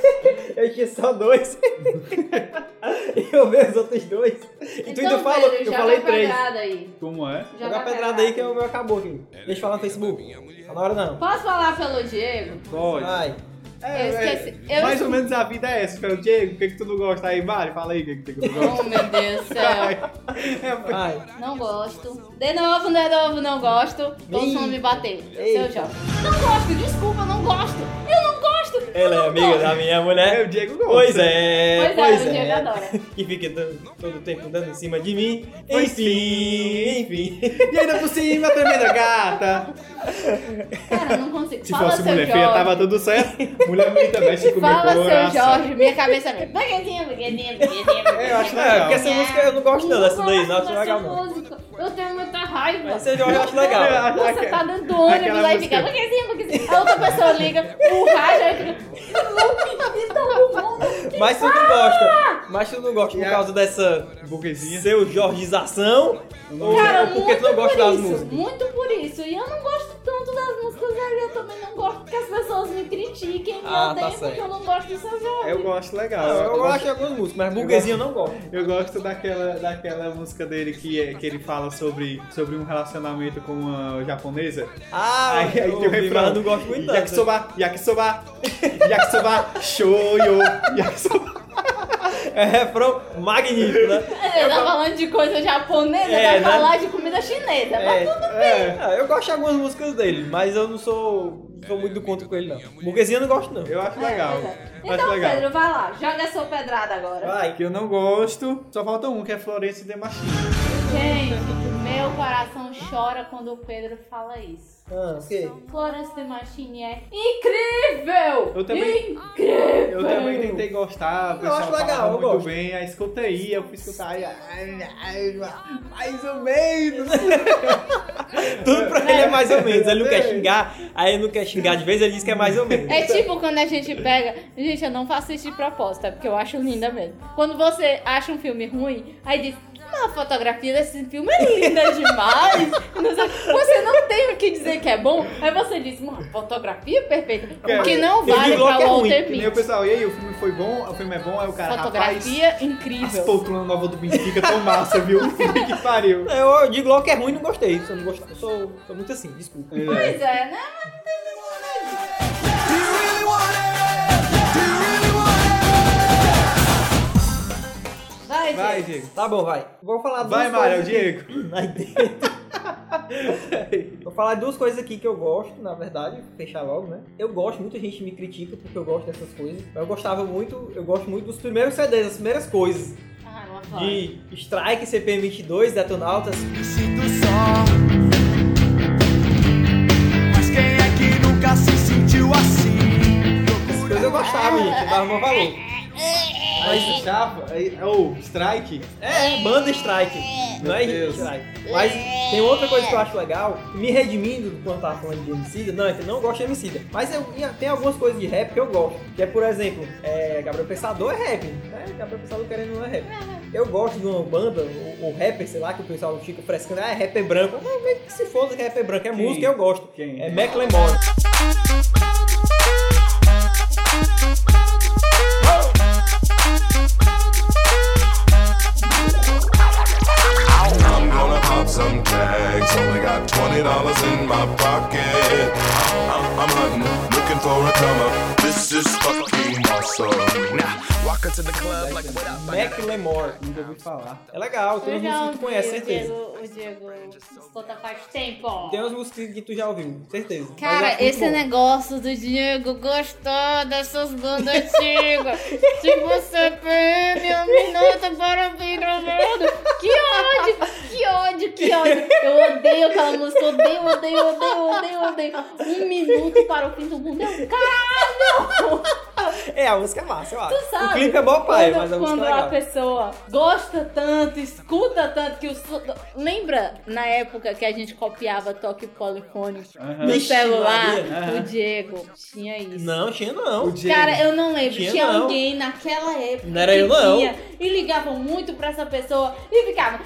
Speaker 1: eu tinha só dois. e eu vi os outros dois. E tu ainda falou,
Speaker 2: Pedro,
Speaker 1: eu
Speaker 2: Então joga
Speaker 1: falei
Speaker 2: a
Speaker 1: três.
Speaker 2: pedrada aí.
Speaker 3: Como é?
Speaker 1: Joga a
Speaker 2: Joga
Speaker 1: pedrada aí que o meu acabou aqui. Deixa eu falar no Facebook. Tá na hora não.
Speaker 2: Posso falar pelo Diego?
Speaker 3: Pode.
Speaker 1: Vai.
Speaker 3: É,
Speaker 2: Eu esqueci.
Speaker 3: é,
Speaker 2: Eu
Speaker 3: mais
Speaker 2: esqueci.
Speaker 3: ou menos a vida é essa, cara. Diego, o que, que tu não gosta aí? Vale, fala aí o que, que tu não gosta.
Speaker 2: Oh, meu Deus do céu.
Speaker 3: É,
Speaker 1: Vai.
Speaker 2: Não gosto. De novo, de novo, não gosto. Posso me bater. Seu
Speaker 1: Eita.
Speaker 2: jovem. Não gosto, desculpa, não gosto. Eu não gosto. eu
Speaker 1: Ela é
Speaker 2: não
Speaker 1: amiga
Speaker 2: gosto.
Speaker 1: da minha
Speaker 3: é,
Speaker 1: mulher.
Speaker 3: o Diego gosta.
Speaker 1: Pois é,
Speaker 2: Pois é,
Speaker 1: pois
Speaker 2: o Diego
Speaker 1: é.
Speaker 2: adora.
Speaker 1: Que fica dando- todo o tempo dando em cima de mim.
Speaker 3: Pois
Speaker 1: Enfim, enfim.
Speaker 3: E ainda por cima, a tremenda gata.
Speaker 2: Cara, eu não consigo.
Speaker 3: Se
Speaker 2: Fala,
Speaker 3: fosse
Speaker 2: seu
Speaker 3: mulher
Speaker 2: Jorge.
Speaker 3: feia, tava tudo certo. Mulher bonita mexe com o meu
Speaker 2: Fala, seu
Speaker 3: coração.
Speaker 2: Jorge. Minha cabeça é... Baguetinha, baguetinha, baguetinha,
Speaker 3: Eu acho
Speaker 1: É, porque
Speaker 3: legal.
Speaker 1: essa música eu não gosto não, dessa daí, não acho
Speaker 2: gosto
Speaker 1: legal
Speaker 2: dessa
Speaker 1: não.
Speaker 2: música. Eu tenho muita raiva.
Speaker 1: Mas Seu Jorge eu acho é legal.
Speaker 3: Eu acho
Speaker 2: Você
Speaker 3: que-
Speaker 2: tá dentro do ônibus
Speaker 3: aquela
Speaker 2: lá e
Speaker 3: música.
Speaker 2: fica, baguetinha, baguetinha. A outra pessoa liga, borracha, aí fica, não me dá um bom, não me
Speaker 1: Mas tu não
Speaker 2: Ah!
Speaker 1: gosta. Mas tu não gosta por
Speaker 3: Yeah.
Speaker 1: causa dessa
Speaker 3: Burguesinha.
Speaker 1: seu Jorgização? Ou
Speaker 2: Cara,
Speaker 1: é porque
Speaker 2: muito
Speaker 1: tu não gosta
Speaker 2: por
Speaker 1: das
Speaker 2: isso,
Speaker 1: músicas?
Speaker 2: Muito por isso. E eu não gosto tanto das músicas dele. Eu também não gosto que as pessoas me critiquem, me
Speaker 1: Ah, tá
Speaker 2: odeiem,
Speaker 1: certo.
Speaker 2: porque eu não gosto do seu jogo.
Speaker 3: Ah, Eu gosto legal.
Speaker 1: Não, eu
Speaker 3: gosto-
Speaker 1: gosto de algumas músicas, mas burguesinha eu não gosto.
Speaker 3: Eu gosto daquela, daquela música dele que, é- que ele fala sobre, sobre um relacionamento com uma japonesa.
Speaker 1: Ah,
Speaker 3: Aí, aí
Speaker 1: eu
Speaker 3: tem o
Speaker 1: ouvi,
Speaker 3: refrão.
Speaker 1: mas não gosto muito não.
Speaker 3: Yakisoba, yakisoba, yakisoba, shoyo, yakisoba.
Speaker 1: É refrão magnífico, né?
Speaker 2: Ele tá falando de coisa japonesa,
Speaker 1: É,
Speaker 2: vai
Speaker 1: né?
Speaker 2: falar de comida chinesa.
Speaker 1: É,
Speaker 2: Mas
Speaker 3: É.
Speaker 1: Ah, eu gosto de algumas músicas dele, mas eu não sou, não sou muito do contra com ele não. Burguesinha eu não gosto não.
Speaker 3: Eu acho
Speaker 2: tudo bem.
Speaker 3: legal.
Speaker 2: É,
Speaker 3: Acho
Speaker 2: Então,
Speaker 3: legal.
Speaker 2: Pedro, vai lá. Joga a sua pedrada agora.
Speaker 1: Vai,
Speaker 3: Que eu não gosto. Só falta um, que é Florence de Machine.
Speaker 2: Gente, meu coração chora quando o Pedro fala isso.
Speaker 1: Ah, ok.
Speaker 2: Florence de Machine é incrível!
Speaker 3: Eu também-
Speaker 2: Incrível!
Speaker 3: Eu também tentei gostar, o pessoal
Speaker 1: acho
Speaker 3: falava
Speaker 1: legal, eu
Speaker 3: muito
Speaker 1: gosto.
Speaker 3: bem, aí escuta aí, eu fui escutar, aí, ai, ai, mais ou menos.
Speaker 1: Tudo pra ele é mais ou menos. Ele não quer xingar, aí ele não quer xingar de vez, ele diz que é mais ou menos.
Speaker 2: É tipo quando a gente pega. Gente, eu não faço isso de propósito, é porque eu acho linda mesmo. Quando você acha um filme ruim, aí diz. "Mas A fotografia desse filme é linda demais. Não sei- Você não tem o que dizer que é bom. Aí você diz, mano, fotografia perfeita. O que não
Speaker 1: Ele
Speaker 2: vale
Speaker 1: diz logo
Speaker 2: pra
Speaker 1: que é ruim,
Speaker 2: Walter
Speaker 3: E aí o
Speaker 2: Mitty.
Speaker 3: pessoal, e aí, o filme foi bom? O filme é bom? Aí o cara, rapaz,
Speaker 2: Fotografia é
Speaker 3: as
Speaker 2: incrível.
Speaker 3: poltronas novas do Benfica tão massa, viu? que pariu.
Speaker 1: Eu, eu digo logo que é ruim e não gostei. Se eu não gostei, eu sou, sou muito assim, desculpa.
Speaker 3: É.
Speaker 2: Pois é, né? Vai,
Speaker 3: Vai,
Speaker 2: gente.
Speaker 3: Diego.
Speaker 1: Tá bom, vai. Vou falar duas
Speaker 3: Vai, Mário,
Speaker 1: coisas
Speaker 3: Diego.
Speaker 1: aqui. Ai, Deus. Vou falar duas coisas aqui que eu gosto, na verdade, fechar logo, né? Eu gosto, muita gente me critica porque eu gosto dessas coisas. Mas eu gostava muito, eu gosto muito dos primeiros CDs, das primeiras coisas.
Speaker 2: Ah, não vai falar.
Speaker 1: De Strike, CPM22, Detonautas.
Speaker 8: Me sinto só. Mas quem é que nunca se sentiu assim?
Speaker 1: Essas coisas eu gostava, gente, eu dava maior valor.
Speaker 3: Aí, chapa, aí, oh, strike.
Speaker 1: É, banda strike. Não é
Speaker 3: Deus.
Speaker 1: strike. Mas tem outra coisa que eu acho legal, me redimindo do quanto eu tava falando de Emicida. Não, eu não gosto de Emicida. Mas eu- tem algumas coisas de rap que eu gosto. Que é, por exemplo, é, Gabriel Pensador é rap. Né? Gabriel Pensador querendo não é rap. Eu gosto de uma banda, ou, ou rapper, sei lá, que o pessoal fica frescando. Ah, é rapper branco. Não, meio que se foda que é rapper branco. É
Speaker 3: Quem?
Speaker 1: música, eu gosto.
Speaker 3: Quem?
Speaker 1: É Macklemore.
Speaker 12: I'm gonna pop some tags. Only got twenty dollars in my pocket. I'm, I'm hunting, looking for a come up. This is fucking awesome. Now walk into the club like what up?
Speaker 1: Macklemore.
Speaker 3: Nunca ouvi falar.
Speaker 1: É legal, tem
Speaker 2: Eu
Speaker 1: uns
Speaker 2: já ouvi
Speaker 1: músicos que tu conhece,
Speaker 2: o
Speaker 1: certeza.
Speaker 2: Diego, o Diego escuta faz tempo.
Speaker 1: Tem uns músicos que tu já ouviu, certeza. Mas eu acho
Speaker 2: Cara,
Speaker 1: muito
Speaker 4: é
Speaker 2: esse
Speaker 4: um
Speaker 1: bom.
Speaker 2: negócio do Diego gostou dessas bandas antigas. tipo, CPM, um minuto para vir ao mundo. Que ódio, que ódio, que ódio. Eu odeio aquela música, odeio, odeio, odeio, odeio, odeio. Um minuto para o fim do mundo. É um Eu, caralho!
Speaker 1: É, a música é massa, eu acho.
Speaker 2: Tu sabe?
Speaker 1: O clipe é bom, pai,
Speaker 2: quando,
Speaker 1: mas a
Speaker 2: Quando
Speaker 1: música é legal.
Speaker 2: a pessoa gosta tanto, escuta tanto que o. so- Lembra na época que a gente copiava toque polifônico
Speaker 1: Aham.
Speaker 2: no
Speaker 1: Vixe,
Speaker 2: celular?
Speaker 1: Maria.
Speaker 2: O Diego tinha isso.
Speaker 1: Não, tinha não.
Speaker 2: Cara, eu não lembro.
Speaker 1: Tinha
Speaker 2: Tinha,
Speaker 1: não.
Speaker 2: alguém naquela época.
Speaker 1: Não era
Speaker 2: que
Speaker 1: eu, não.
Speaker 2: tinha, e ligavam muito pra essa pessoa e ficavam.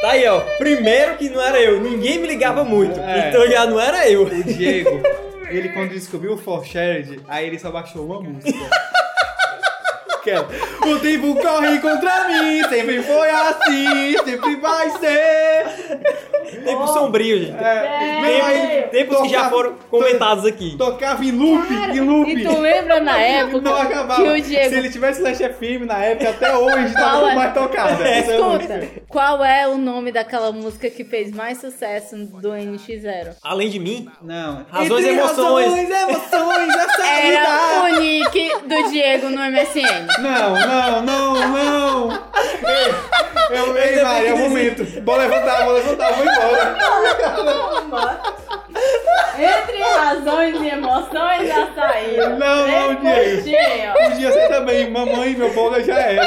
Speaker 1: Tá aí, ó. Primeiro que não era eu. Ninguém me ligava muito.
Speaker 3: É.
Speaker 1: Então já não era eu.
Speaker 3: O Diego, ele quando descobriu o For Shared, aí ele só baixou uma música. Que é, o tempo corre contra mim, sempre foi assim, sempre vai ser. É,
Speaker 1: Tempo sombrio, gente.
Speaker 3: Vem
Speaker 1: Tempo- Tempos que já foram comentados aqui.
Speaker 3: Tocava em loop, em loop.
Speaker 2: E tu lembra na época
Speaker 3: Não acabava.
Speaker 2: que o Diego.
Speaker 3: Se ele tivesse Slash FM na época, até hoje tava
Speaker 2: Fala.
Speaker 3: mais tocada. Essa é a música.
Speaker 2: Escuta, qual é o nome daquela música que fez mais sucesso do NX0?
Speaker 1: Além de mim,
Speaker 3: Não.
Speaker 1: razões e
Speaker 3: Entre
Speaker 1: emoções.
Speaker 3: Razões, emoções, essa
Speaker 2: Era
Speaker 3: vida.
Speaker 2: o nick do Diego no MSN.
Speaker 3: Não, não, não, não. Ei, eu, ei, Mari, é o momento. Vou levantar, vou levantar, vou embora.
Speaker 2: Entre razões e emoções já saiu.
Speaker 3: Não, não, Diego. Um dia você também, mamãe, meu bola já é, né?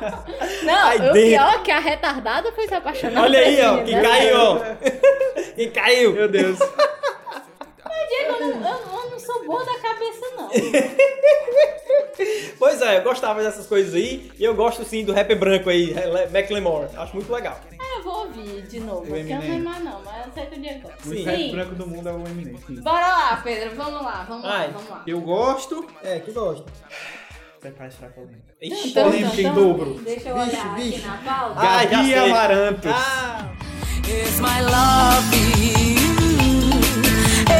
Speaker 3: era.
Speaker 2: Não,
Speaker 1: Ai,
Speaker 2: o
Speaker 1: dentro.
Speaker 2: pior é que a retardada foi se apaixonar
Speaker 1: Olha
Speaker 2: por
Speaker 1: aí,
Speaker 2: esse
Speaker 1: ó.
Speaker 2: menino,
Speaker 1: Quem
Speaker 2: né? É.
Speaker 1: caiu, ó. Quem caiu.
Speaker 3: Meu Deus.
Speaker 2: Diego, eu não, eu- eu não sou boa da cabeça, não.
Speaker 1: Pois é, eu gostava dessas coisas aí. E eu gosto sim do rap branco aí, McLemore. Acho muito legal.
Speaker 2: Eu vou ouvir de novo.
Speaker 3: O
Speaker 2: Eu não
Speaker 3: Eminem.
Speaker 2: lembro não, mas eu sei que o Diego gosta.
Speaker 3: O inferno branco do mundo é o Eminem.
Speaker 2: Bora lá, Pedro. Vamos lá, vamos
Speaker 1: Ai.
Speaker 2: lá, vamos lá.
Speaker 3: Eu gosto.
Speaker 1: É, que gosto.
Speaker 3: Vai pra estar polêmica.
Speaker 1: Ixi.
Speaker 2: Então,
Speaker 3: polêmica em
Speaker 2: então,
Speaker 3: dobro.
Speaker 2: Deixa eu olhar aqui na pauta.
Speaker 1: Ah, já
Speaker 3: Gabi
Speaker 1: sei.
Speaker 3: Amarantos.
Speaker 1: Ah,
Speaker 11: Is my love for you?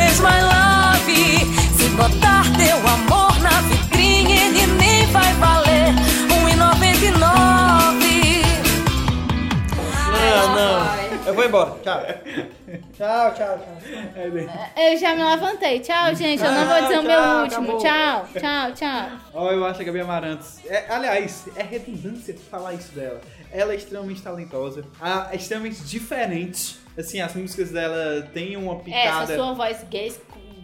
Speaker 11: Is my love? Se botar teu amor na vitrine, ele nem vai valer R$1,99.
Speaker 1: não, não. Eu vou embora. Tchau.
Speaker 9: Tchau, tchau, tchau.
Speaker 3: É, bem.
Speaker 2: Eu já me levantei. Tchau, gente. Eu não vou dizer o meu
Speaker 1: tchau,
Speaker 2: último.
Speaker 1: acabou.
Speaker 2: Tchau, tchau, tchau.
Speaker 3: Ó, eu acho a Gabi Amarantos. É, aliás, é redundância falar isso dela. Ela é extremamente talentosa, a- é extremamente diferente. Assim, as músicas dela têm uma
Speaker 2: Essa
Speaker 3: pitada
Speaker 2: sua voz gay,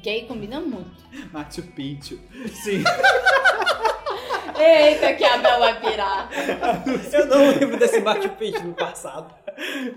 Speaker 2: gay combina muito.
Speaker 3: Machu Picchu. Sim.
Speaker 2: Eita, que a Bel vai pirar.
Speaker 1: Eu não lembro desse bate-peixe no passado.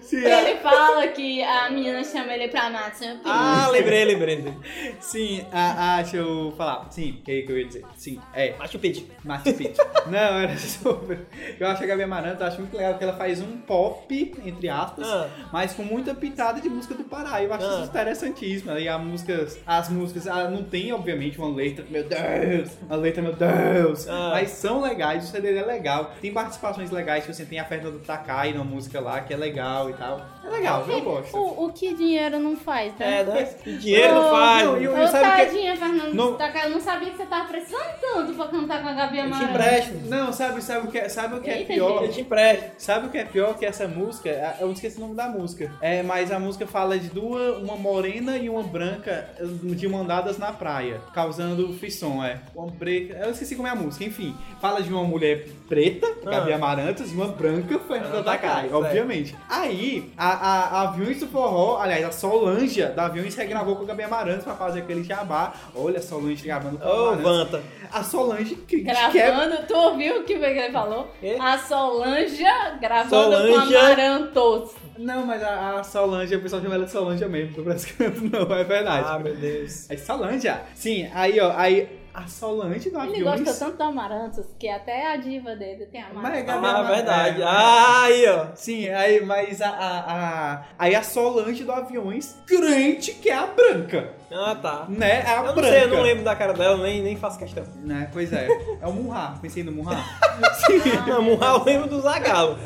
Speaker 3: Sim, a-
Speaker 2: Ele fala que a menina chama ele pra né? matar seu filho.
Speaker 1: Ah, lembrei, lembrei.
Speaker 3: sim a, a- deixa eu falar. Sim, é o que eu ia dizer. Sim, é.
Speaker 1: Machu Picchu.
Speaker 3: Machu Picchu. Não, era sobre. Eu acho a Gabi Amarantos, eu acho muito legal que ela faz um pop, entre aspas,
Speaker 1: Ah.
Speaker 3: mas com muita pitada de música do Pará. Eu acho
Speaker 1: Ah.
Speaker 3: isso interessantíssimo. E a música, as músicas, ah, não tem, obviamente, uma letra, meu Deus, a letra, meu Deus,
Speaker 1: Ah.
Speaker 3: mas são legais, o CD é legal. Tem participações legais, tipo assim, tem a Fernanda Takai numa música lá que é legal e tal. É legal, eu gosto.
Speaker 2: O, o que dinheiro não faz, tá?
Speaker 1: É, né? O dinheiro não
Speaker 2: Não,
Speaker 1: faz.
Speaker 3: não, e
Speaker 2: Ô,
Speaker 3: o- e sabe o que-
Speaker 2: tadinha, Fernando.
Speaker 3: Não-
Speaker 2: Takai, Eu não sabia que você tava precisando tanto pra cantar com a Gabi
Speaker 1: Eu te
Speaker 2: Amaral.
Speaker 1: empresto.
Speaker 3: Não, sabe, sabe o que, é- sabe o que é
Speaker 2: Eita,
Speaker 3: pior?
Speaker 1: Eu te empresto.
Speaker 3: Sabe o que é pior? Que essa música, a- eu esqueci o nome da música. É, mas a música fala de duas, uma morena e uma branca eh, de mandadas na praia, causando frisson, é. Uma breca, eu esqueci como é a música, enfim. Fala de uma mulher preta, Gabi
Speaker 1: Ah. tá
Speaker 3: Amarantos, e uma branca, Fernanda
Speaker 1: Fernanda
Speaker 3: Takai,
Speaker 1: Takai,
Speaker 3: obviamente. Aí, a, a, a Aviões do Forró, aliás, a Solange da Aviões regravou com o Gabi Amarantos pra fazer aquele jabá. Olha a Solange gravando com o
Speaker 1: Ô,
Speaker 3: Amarantos.
Speaker 1: Vanta.
Speaker 3: A Solange que quebra...
Speaker 2: Gravando, tu ouviu o que foi que ele falou?
Speaker 1: Quê?
Speaker 2: A Solange gravando
Speaker 1: Solange.
Speaker 2: com a Amarantos.
Speaker 3: Não, mas a, a Solange, o pessoal chama ela de Solange mesmo, tô frescando, não, é verdade.
Speaker 1: Ah, meu Deus.
Speaker 3: É Solange, ah. sim, aí ó, aí a Solange do
Speaker 2: Ele
Speaker 3: aviões.
Speaker 2: gosta tanto do Amarantos que até a diva dele tem
Speaker 3: Mas é
Speaker 2: Amarantos.
Speaker 3: Gabi
Speaker 1: Ah,
Speaker 3: Amarantos.
Speaker 1: verdade. Ah, aí, ó.
Speaker 3: Sim, aí, mas a, a, a- Aí a Solange do aviões, crente que é a branca,
Speaker 1: Ah, tá.
Speaker 3: né? É a
Speaker 1: Eu não
Speaker 3: branca.
Speaker 1: sei, eu não lembro da cara dela, nem, nem faço questão.
Speaker 3: Né, pois é, é o Murra, pensei no Murra.
Speaker 1: Não, Murra eu lembro do Zagalo.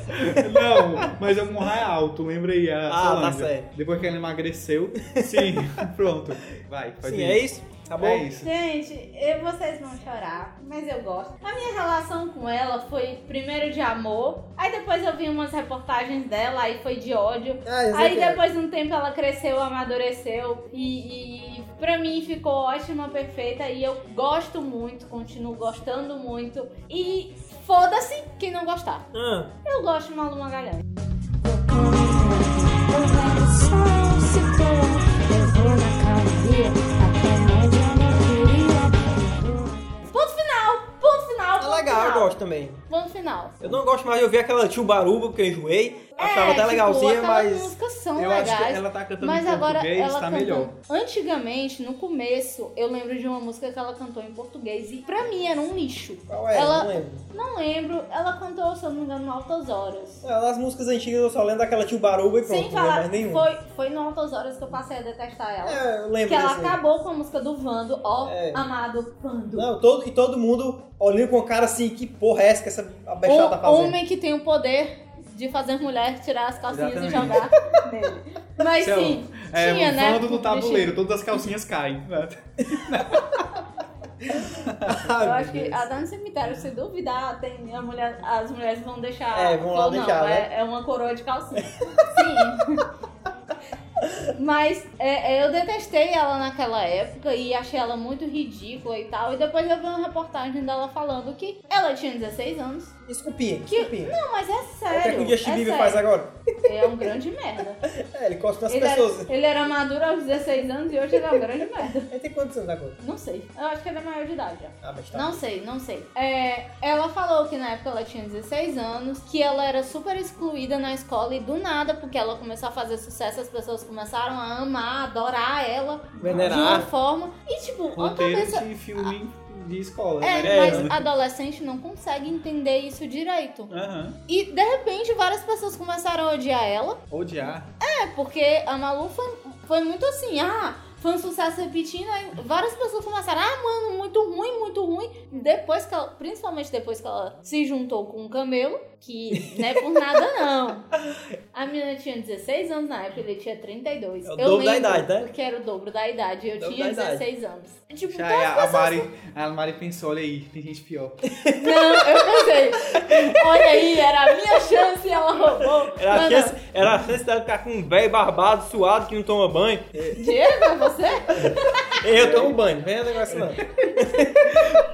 Speaker 3: Não, mas o Murra é alto, lembra aí a
Speaker 1: Ah, tá
Speaker 3: Solange.
Speaker 1: certo.
Speaker 3: Depois que ela emagreceu, sim, pronto, vai, pode
Speaker 1: Sim,
Speaker 3: ir.
Speaker 1: é isso? Tá bom?
Speaker 3: É isso.
Speaker 2: Gente, eu- vocês vão chorar, mas eu gosto. A minha relação com ela foi primeiro de amor, aí depois eu vi umas reportagens dela, aí foi de ódio.
Speaker 9: Ah, isso
Speaker 2: Aí
Speaker 9: aqui é.
Speaker 2: depois de um tempo ela cresceu, amadureceu e, e pra mim ficou ótima, perfeita e eu gosto muito, continuo gostando muito. E foda-se quem não gostar.
Speaker 1: Ah,
Speaker 2: Eu gosto de Malu Magalhães.
Speaker 10: O velho sol se pôr, levou na calmaria até onde eu não queria.
Speaker 2: Ponto final, ponto final,
Speaker 1: É
Speaker 3: Tá
Speaker 2: ponto
Speaker 1: legal, eu
Speaker 2: final.
Speaker 1: gosto também.
Speaker 2: Ponto final.
Speaker 1: Eu não gosto mais de ouvir aquela tio Baruba, porque eu enjoei. Achava
Speaker 2: É,
Speaker 1: até
Speaker 2: tipo,
Speaker 1: legalzinha,
Speaker 2: aquelas
Speaker 1: mas.
Speaker 2: músicas são
Speaker 3: eu acho
Speaker 2: legais,
Speaker 3: que ela tá cantando
Speaker 2: Oh mas
Speaker 3: em
Speaker 2: agora
Speaker 3: português,
Speaker 2: ela
Speaker 3: tá
Speaker 2: cantando-
Speaker 3: melhor.
Speaker 2: Antigamente, no começo, eu lembro de uma música que ela cantou em português e pra mim era um lixo.
Speaker 1: Qual é?
Speaker 2: ela
Speaker 1: Não lembro.
Speaker 2: não lembro, ela cantou, se eu não me engano, no Altas Horas.
Speaker 1: Ah, As músicas antigas eu só lembro daquela tio Baruba e pronto,
Speaker 2: Sem
Speaker 1: não lembro
Speaker 2: falar,
Speaker 1: mais nenhuma.
Speaker 2: foi, foi no Altas Horas que eu passei a detestar ela.
Speaker 1: É, eu lembro
Speaker 2: que ela
Speaker 1: dessa aí.
Speaker 2: acabou com a música do Vando, ó,
Speaker 1: É.
Speaker 2: amado Vando.
Speaker 1: Não, todo, e todo mundo olhando com cara assim, que porra é essa que essa
Speaker 2: Um
Speaker 1: bestada tá fazendo?
Speaker 2: homem que tem o poder de fazer mulher tirar as calcinhas e
Speaker 3: Exatamente.
Speaker 2: jogar nele. Mas
Speaker 3: Sei lá.
Speaker 2: sim,
Speaker 3: É,
Speaker 2: tinha,
Speaker 3: um
Speaker 2: né?
Speaker 3: falando no tabuleiro, todas as calcinhas caem. né?
Speaker 2: Eu acho que até no cemitério, se duvidar, tem a mulher, as mulheres vão deixar.
Speaker 1: É, vão lá
Speaker 2: ou
Speaker 1: deixar,
Speaker 2: não,
Speaker 1: né?
Speaker 2: é, é uma coroa de calcinha. Sim. Mas é, é, eu detestei ela naquela época e achei ela muito ridícula e tal. E depois eu vi uma reportagem dela falando que ela tinha 16 anos.
Speaker 1: Desculpinha,
Speaker 2: Que-
Speaker 1: desculpinha.
Speaker 2: Não, mas é
Speaker 1: o que, é que
Speaker 2: sério.
Speaker 1: o Justin
Speaker 2: é
Speaker 1: Bieber
Speaker 2: sério.
Speaker 1: faz agora?
Speaker 2: É um grande merda.
Speaker 1: É, ele costa nas
Speaker 2: Ele era,
Speaker 1: pessoas.
Speaker 2: ele era maduro aos 16 anos e hoje ele é um grande merda.
Speaker 1: Ele tem quantos anos agora?
Speaker 2: Não sei. Eu acho que ele é maior de idade já.
Speaker 1: Ah, mas tá.
Speaker 2: Não sei, não sei. É, ela falou que na época ela tinha 16 anos, que ela era super excluída na escola e do nada, porque ela começou a fazer sucesso, as pessoas começaram a amar, adorar ela
Speaker 1: Venerar.
Speaker 2: de uma forma. E tipo, uma
Speaker 3: Roteiro
Speaker 2: cabeça.
Speaker 3: de filme de escola.
Speaker 2: É,
Speaker 3: né?
Speaker 2: mas adolescente não consegue entender isso direito.
Speaker 3: Aham.
Speaker 2: E de repente várias pessoas começaram a odiar ela.
Speaker 3: Odiar.
Speaker 2: É, porque a Malu foi, foi muito assim, ah, foi um sucesso repetindo, aí várias pessoas começaram, ah, mano, muito ruim, muito ruim. Depois que ela, principalmente depois que ela se juntou com o Camelo, que não é por nada não. A menina tinha 16 anos na época, ele tinha 32.
Speaker 1: É o dobro da idade, né?
Speaker 2: Porque era o dobro da idade, eu
Speaker 1: Dobro
Speaker 2: tinha
Speaker 1: da idade.
Speaker 2: 16 anos. Tipo,
Speaker 3: Já
Speaker 2: todas
Speaker 3: é,
Speaker 2: as
Speaker 3: a
Speaker 2: pessoas-
Speaker 3: Mari, a Mari pensou, olha aí, tem gente pior.
Speaker 2: Não, eu pensei, olha aí, era a minha chance e ela roubou.
Speaker 1: Era a
Speaker 2: Mas
Speaker 1: chance, era a chance dela ficar com um velho barbado, suado, que não toma banho.
Speaker 2: não. Diego, é você?
Speaker 1: Eu tomo banho, vem o negócio não.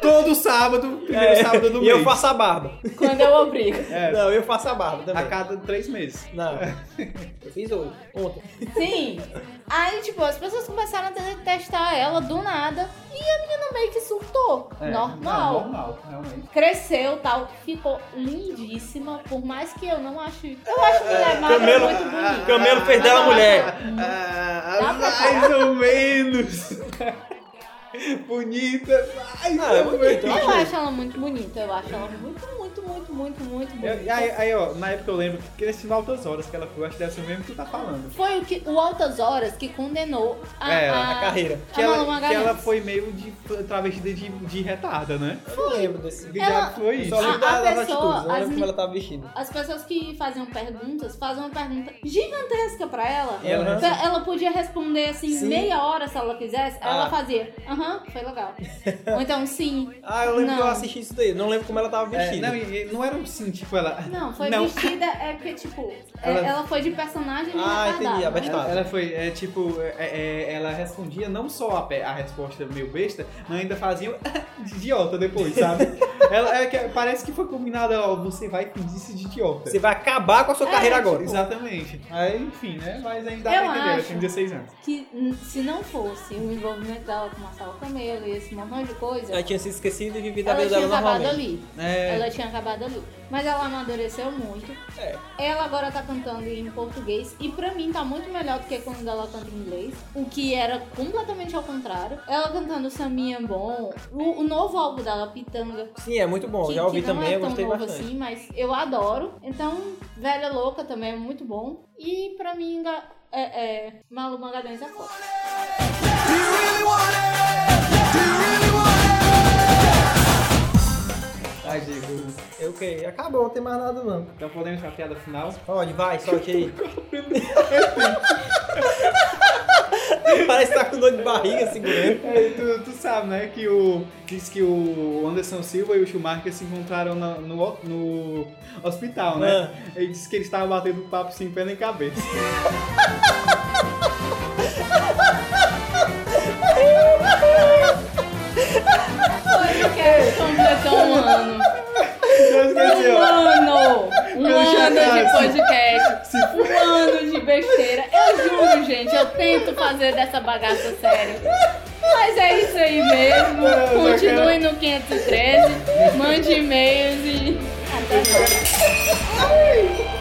Speaker 3: Todo sábado, primeiro
Speaker 1: É,
Speaker 3: sábado do
Speaker 1: e
Speaker 3: mês.
Speaker 1: eu faço a barba.
Speaker 2: Quando eu obrigo.
Speaker 3: É,
Speaker 1: Não, eu faço a barba também.
Speaker 3: a cada três meses.
Speaker 1: Não. Eu fiz hoje, ontem.
Speaker 2: Sim. Aí, tipo, as pessoas começaram a testar ela do nada. E a menina meio que surtou.
Speaker 3: É,
Speaker 2: normal.
Speaker 3: não, normal, realmente.
Speaker 2: Cresceu tal. Ficou lindíssima. Por mais que eu não acho. Eu acho que ela é Ah, magra
Speaker 1: Camelo-
Speaker 2: muito bonita.
Speaker 1: O Camelo fez dela mulher.
Speaker 3: Ah,
Speaker 2: Hum. pra
Speaker 3: mais ou menos. Bonita, mais
Speaker 1: Ah, é
Speaker 3: ou
Speaker 1: bonito,
Speaker 3: menos.
Speaker 2: Eu acho ela muito bonita. Eu acho ela muito, muito, muito, muito, muito
Speaker 3: Eu-
Speaker 2: bonita.
Speaker 3: Aí, aí, ó, na época eu lembro que esse Altas Horas que ela foi, eu acho que deve ser o mesmo que tu tá falando.
Speaker 2: Foi o, que, o Altas Horas que condenou a,
Speaker 3: É,
Speaker 1: A carreira.
Speaker 2: a
Speaker 3: Que
Speaker 2: Malu
Speaker 3: ela, que
Speaker 2: Magalhães.
Speaker 3: ela foi meio de travestida de, de retarda, né?
Speaker 1: Eu não lembro desse.
Speaker 3: Que
Speaker 2: Ela-
Speaker 3: diabo foi
Speaker 1: Eu
Speaker 3: isso?
Speaker 1: só lembro
Speaker 2: A- a
Speaker 1: da-
Speaker 2: pessoa,
Speaker 1: das atitudes, eu não
Speaker 2: as
Speaker 1: lembro
Speaker 2: mi-
Speaker 1: como ela tava vestida.
Speaker 2: As pessoas que faziam perguntas fazem uma pergunta gigantesca pra ela.
Speaker 1: E ela
Speaker 2: Então, Ela podia responder assim
Speaker 1: Sim.
Speaker 2: meia hora se ela quisesse. Aí
Speaker 1: Ah.
Speaker 2: Ela fazia, aham, foi legal. Ou então sim.
Speaker 1: Ah, eu lembro
Speaker 2: Não.
Speaker 1: que eu assisti isso daí. Não lembro como ela tava
Speaker 3: É,
Speaker 1: vestida.
Speaker 3: não, e- e não era assim, tipo, ela.
Speaker 2: Não, foi vestida é porque, tipo, é-
Speaker 3: Ela-
Speaker 2: ela... foi de personagem de
Speaker 1: Ah,
Speaker 2: retardada,
Speaker 1: entendi, a
Speaker 2: né?
Speaker 1: bestada.
Speaker 3: Ela, ela foi, é, tipo, é, é, ela respondia não só a, pe- a resposta meio besta, mas ainda fazia um de idiota depois, sabe? ela, é que- parece que foi combinada, ó, você vai fingir-se de idiota.
Speaker 1: Você vai acabar com a
Speaker 2: É,
Speaker 1: sua carreira
Speaker 2: tipo,
Speaker 1: agora.
Speaker 3: Exatamente. Aí, enfim, né? Mas ainda dá
Speaker 2: Eu
Speaker 3: pra entender, ela
Speaker 2: acho.
Speaker 3: tinha 16 anos.
Speaker 2: Que n- se não fosse o envolvimento dela com Marcelo Camelo e esse montão de coisa,
Speaker 1: Ela tinha se esquecido e vivido É a
Speaker 2: ela
Speaker 1: vida
Speaker 2: tinha
Speaker 1: dela
Speaker 2: acabado
Speaker 1: normalmente.
Speaker 2: ali.
Speaker 3: É,
Speaker 2: Ela tinha acabado ali. Mas ela amadureceu muito.
Speaker 1: É,
Speaker 2: Ela agora tá cantando em português e pra mim tá muito melhor do que quando ela canta em inglês, o que era completamente ao contrário. Ela cantando Saminha Bom, o, o novo álbum dela, Pitanga,
Speaker 1: Sim, é muito bom.
Speaker 2: que,
Speaker 1: Já ouvi
Speaker 2: que não
Speaker 1: também,
Speaker 2: é
Speaker 1: eu
Speaker 2: tão
Speaker 1: gostei
Speaker 2: novo
Speaker 1: bastante.
Speaker 2: assim, mas eu adoro. Então, Velha Louca também é muito bom. E pra mim, ga- é, é, Malu Magalhães é foda.
Speaker 3: ai, Diego.
Speaker 2: assim.
Speaker 1: Eu que É, acabou, não tem mais nada não.
Speaker 3: Então podemos ir pra piada final?
Speaker 1: Pode, vai, solte aí. Parece que tá com dor de barriga segurando.
Speaker 3: É, tu, tu sabe, né, que o. Diz que o Anderson Silva e o Schumacher se encontraram na- no, no hospital, né? E disse que eles estavam batendo papo sem pé nem cabeça.
Speaker 2: Eu quero completar um ano.
Speaker 3: Eu esqueci,
Speaker 2: Um
Speaker 3: ó.
Speaker 2: ano! Um
Speaker 3: Meu
Speaker 2: ano de
Speaker 3: chacaço.
Speaker 2: podcast.
Speaker 3: Se
Speaker 2: Um ano de besteira. tento fazer dessa bagaça sério. Mas é isso aí mesmo. Continue no 513, mande e-mails e. Até a próxima.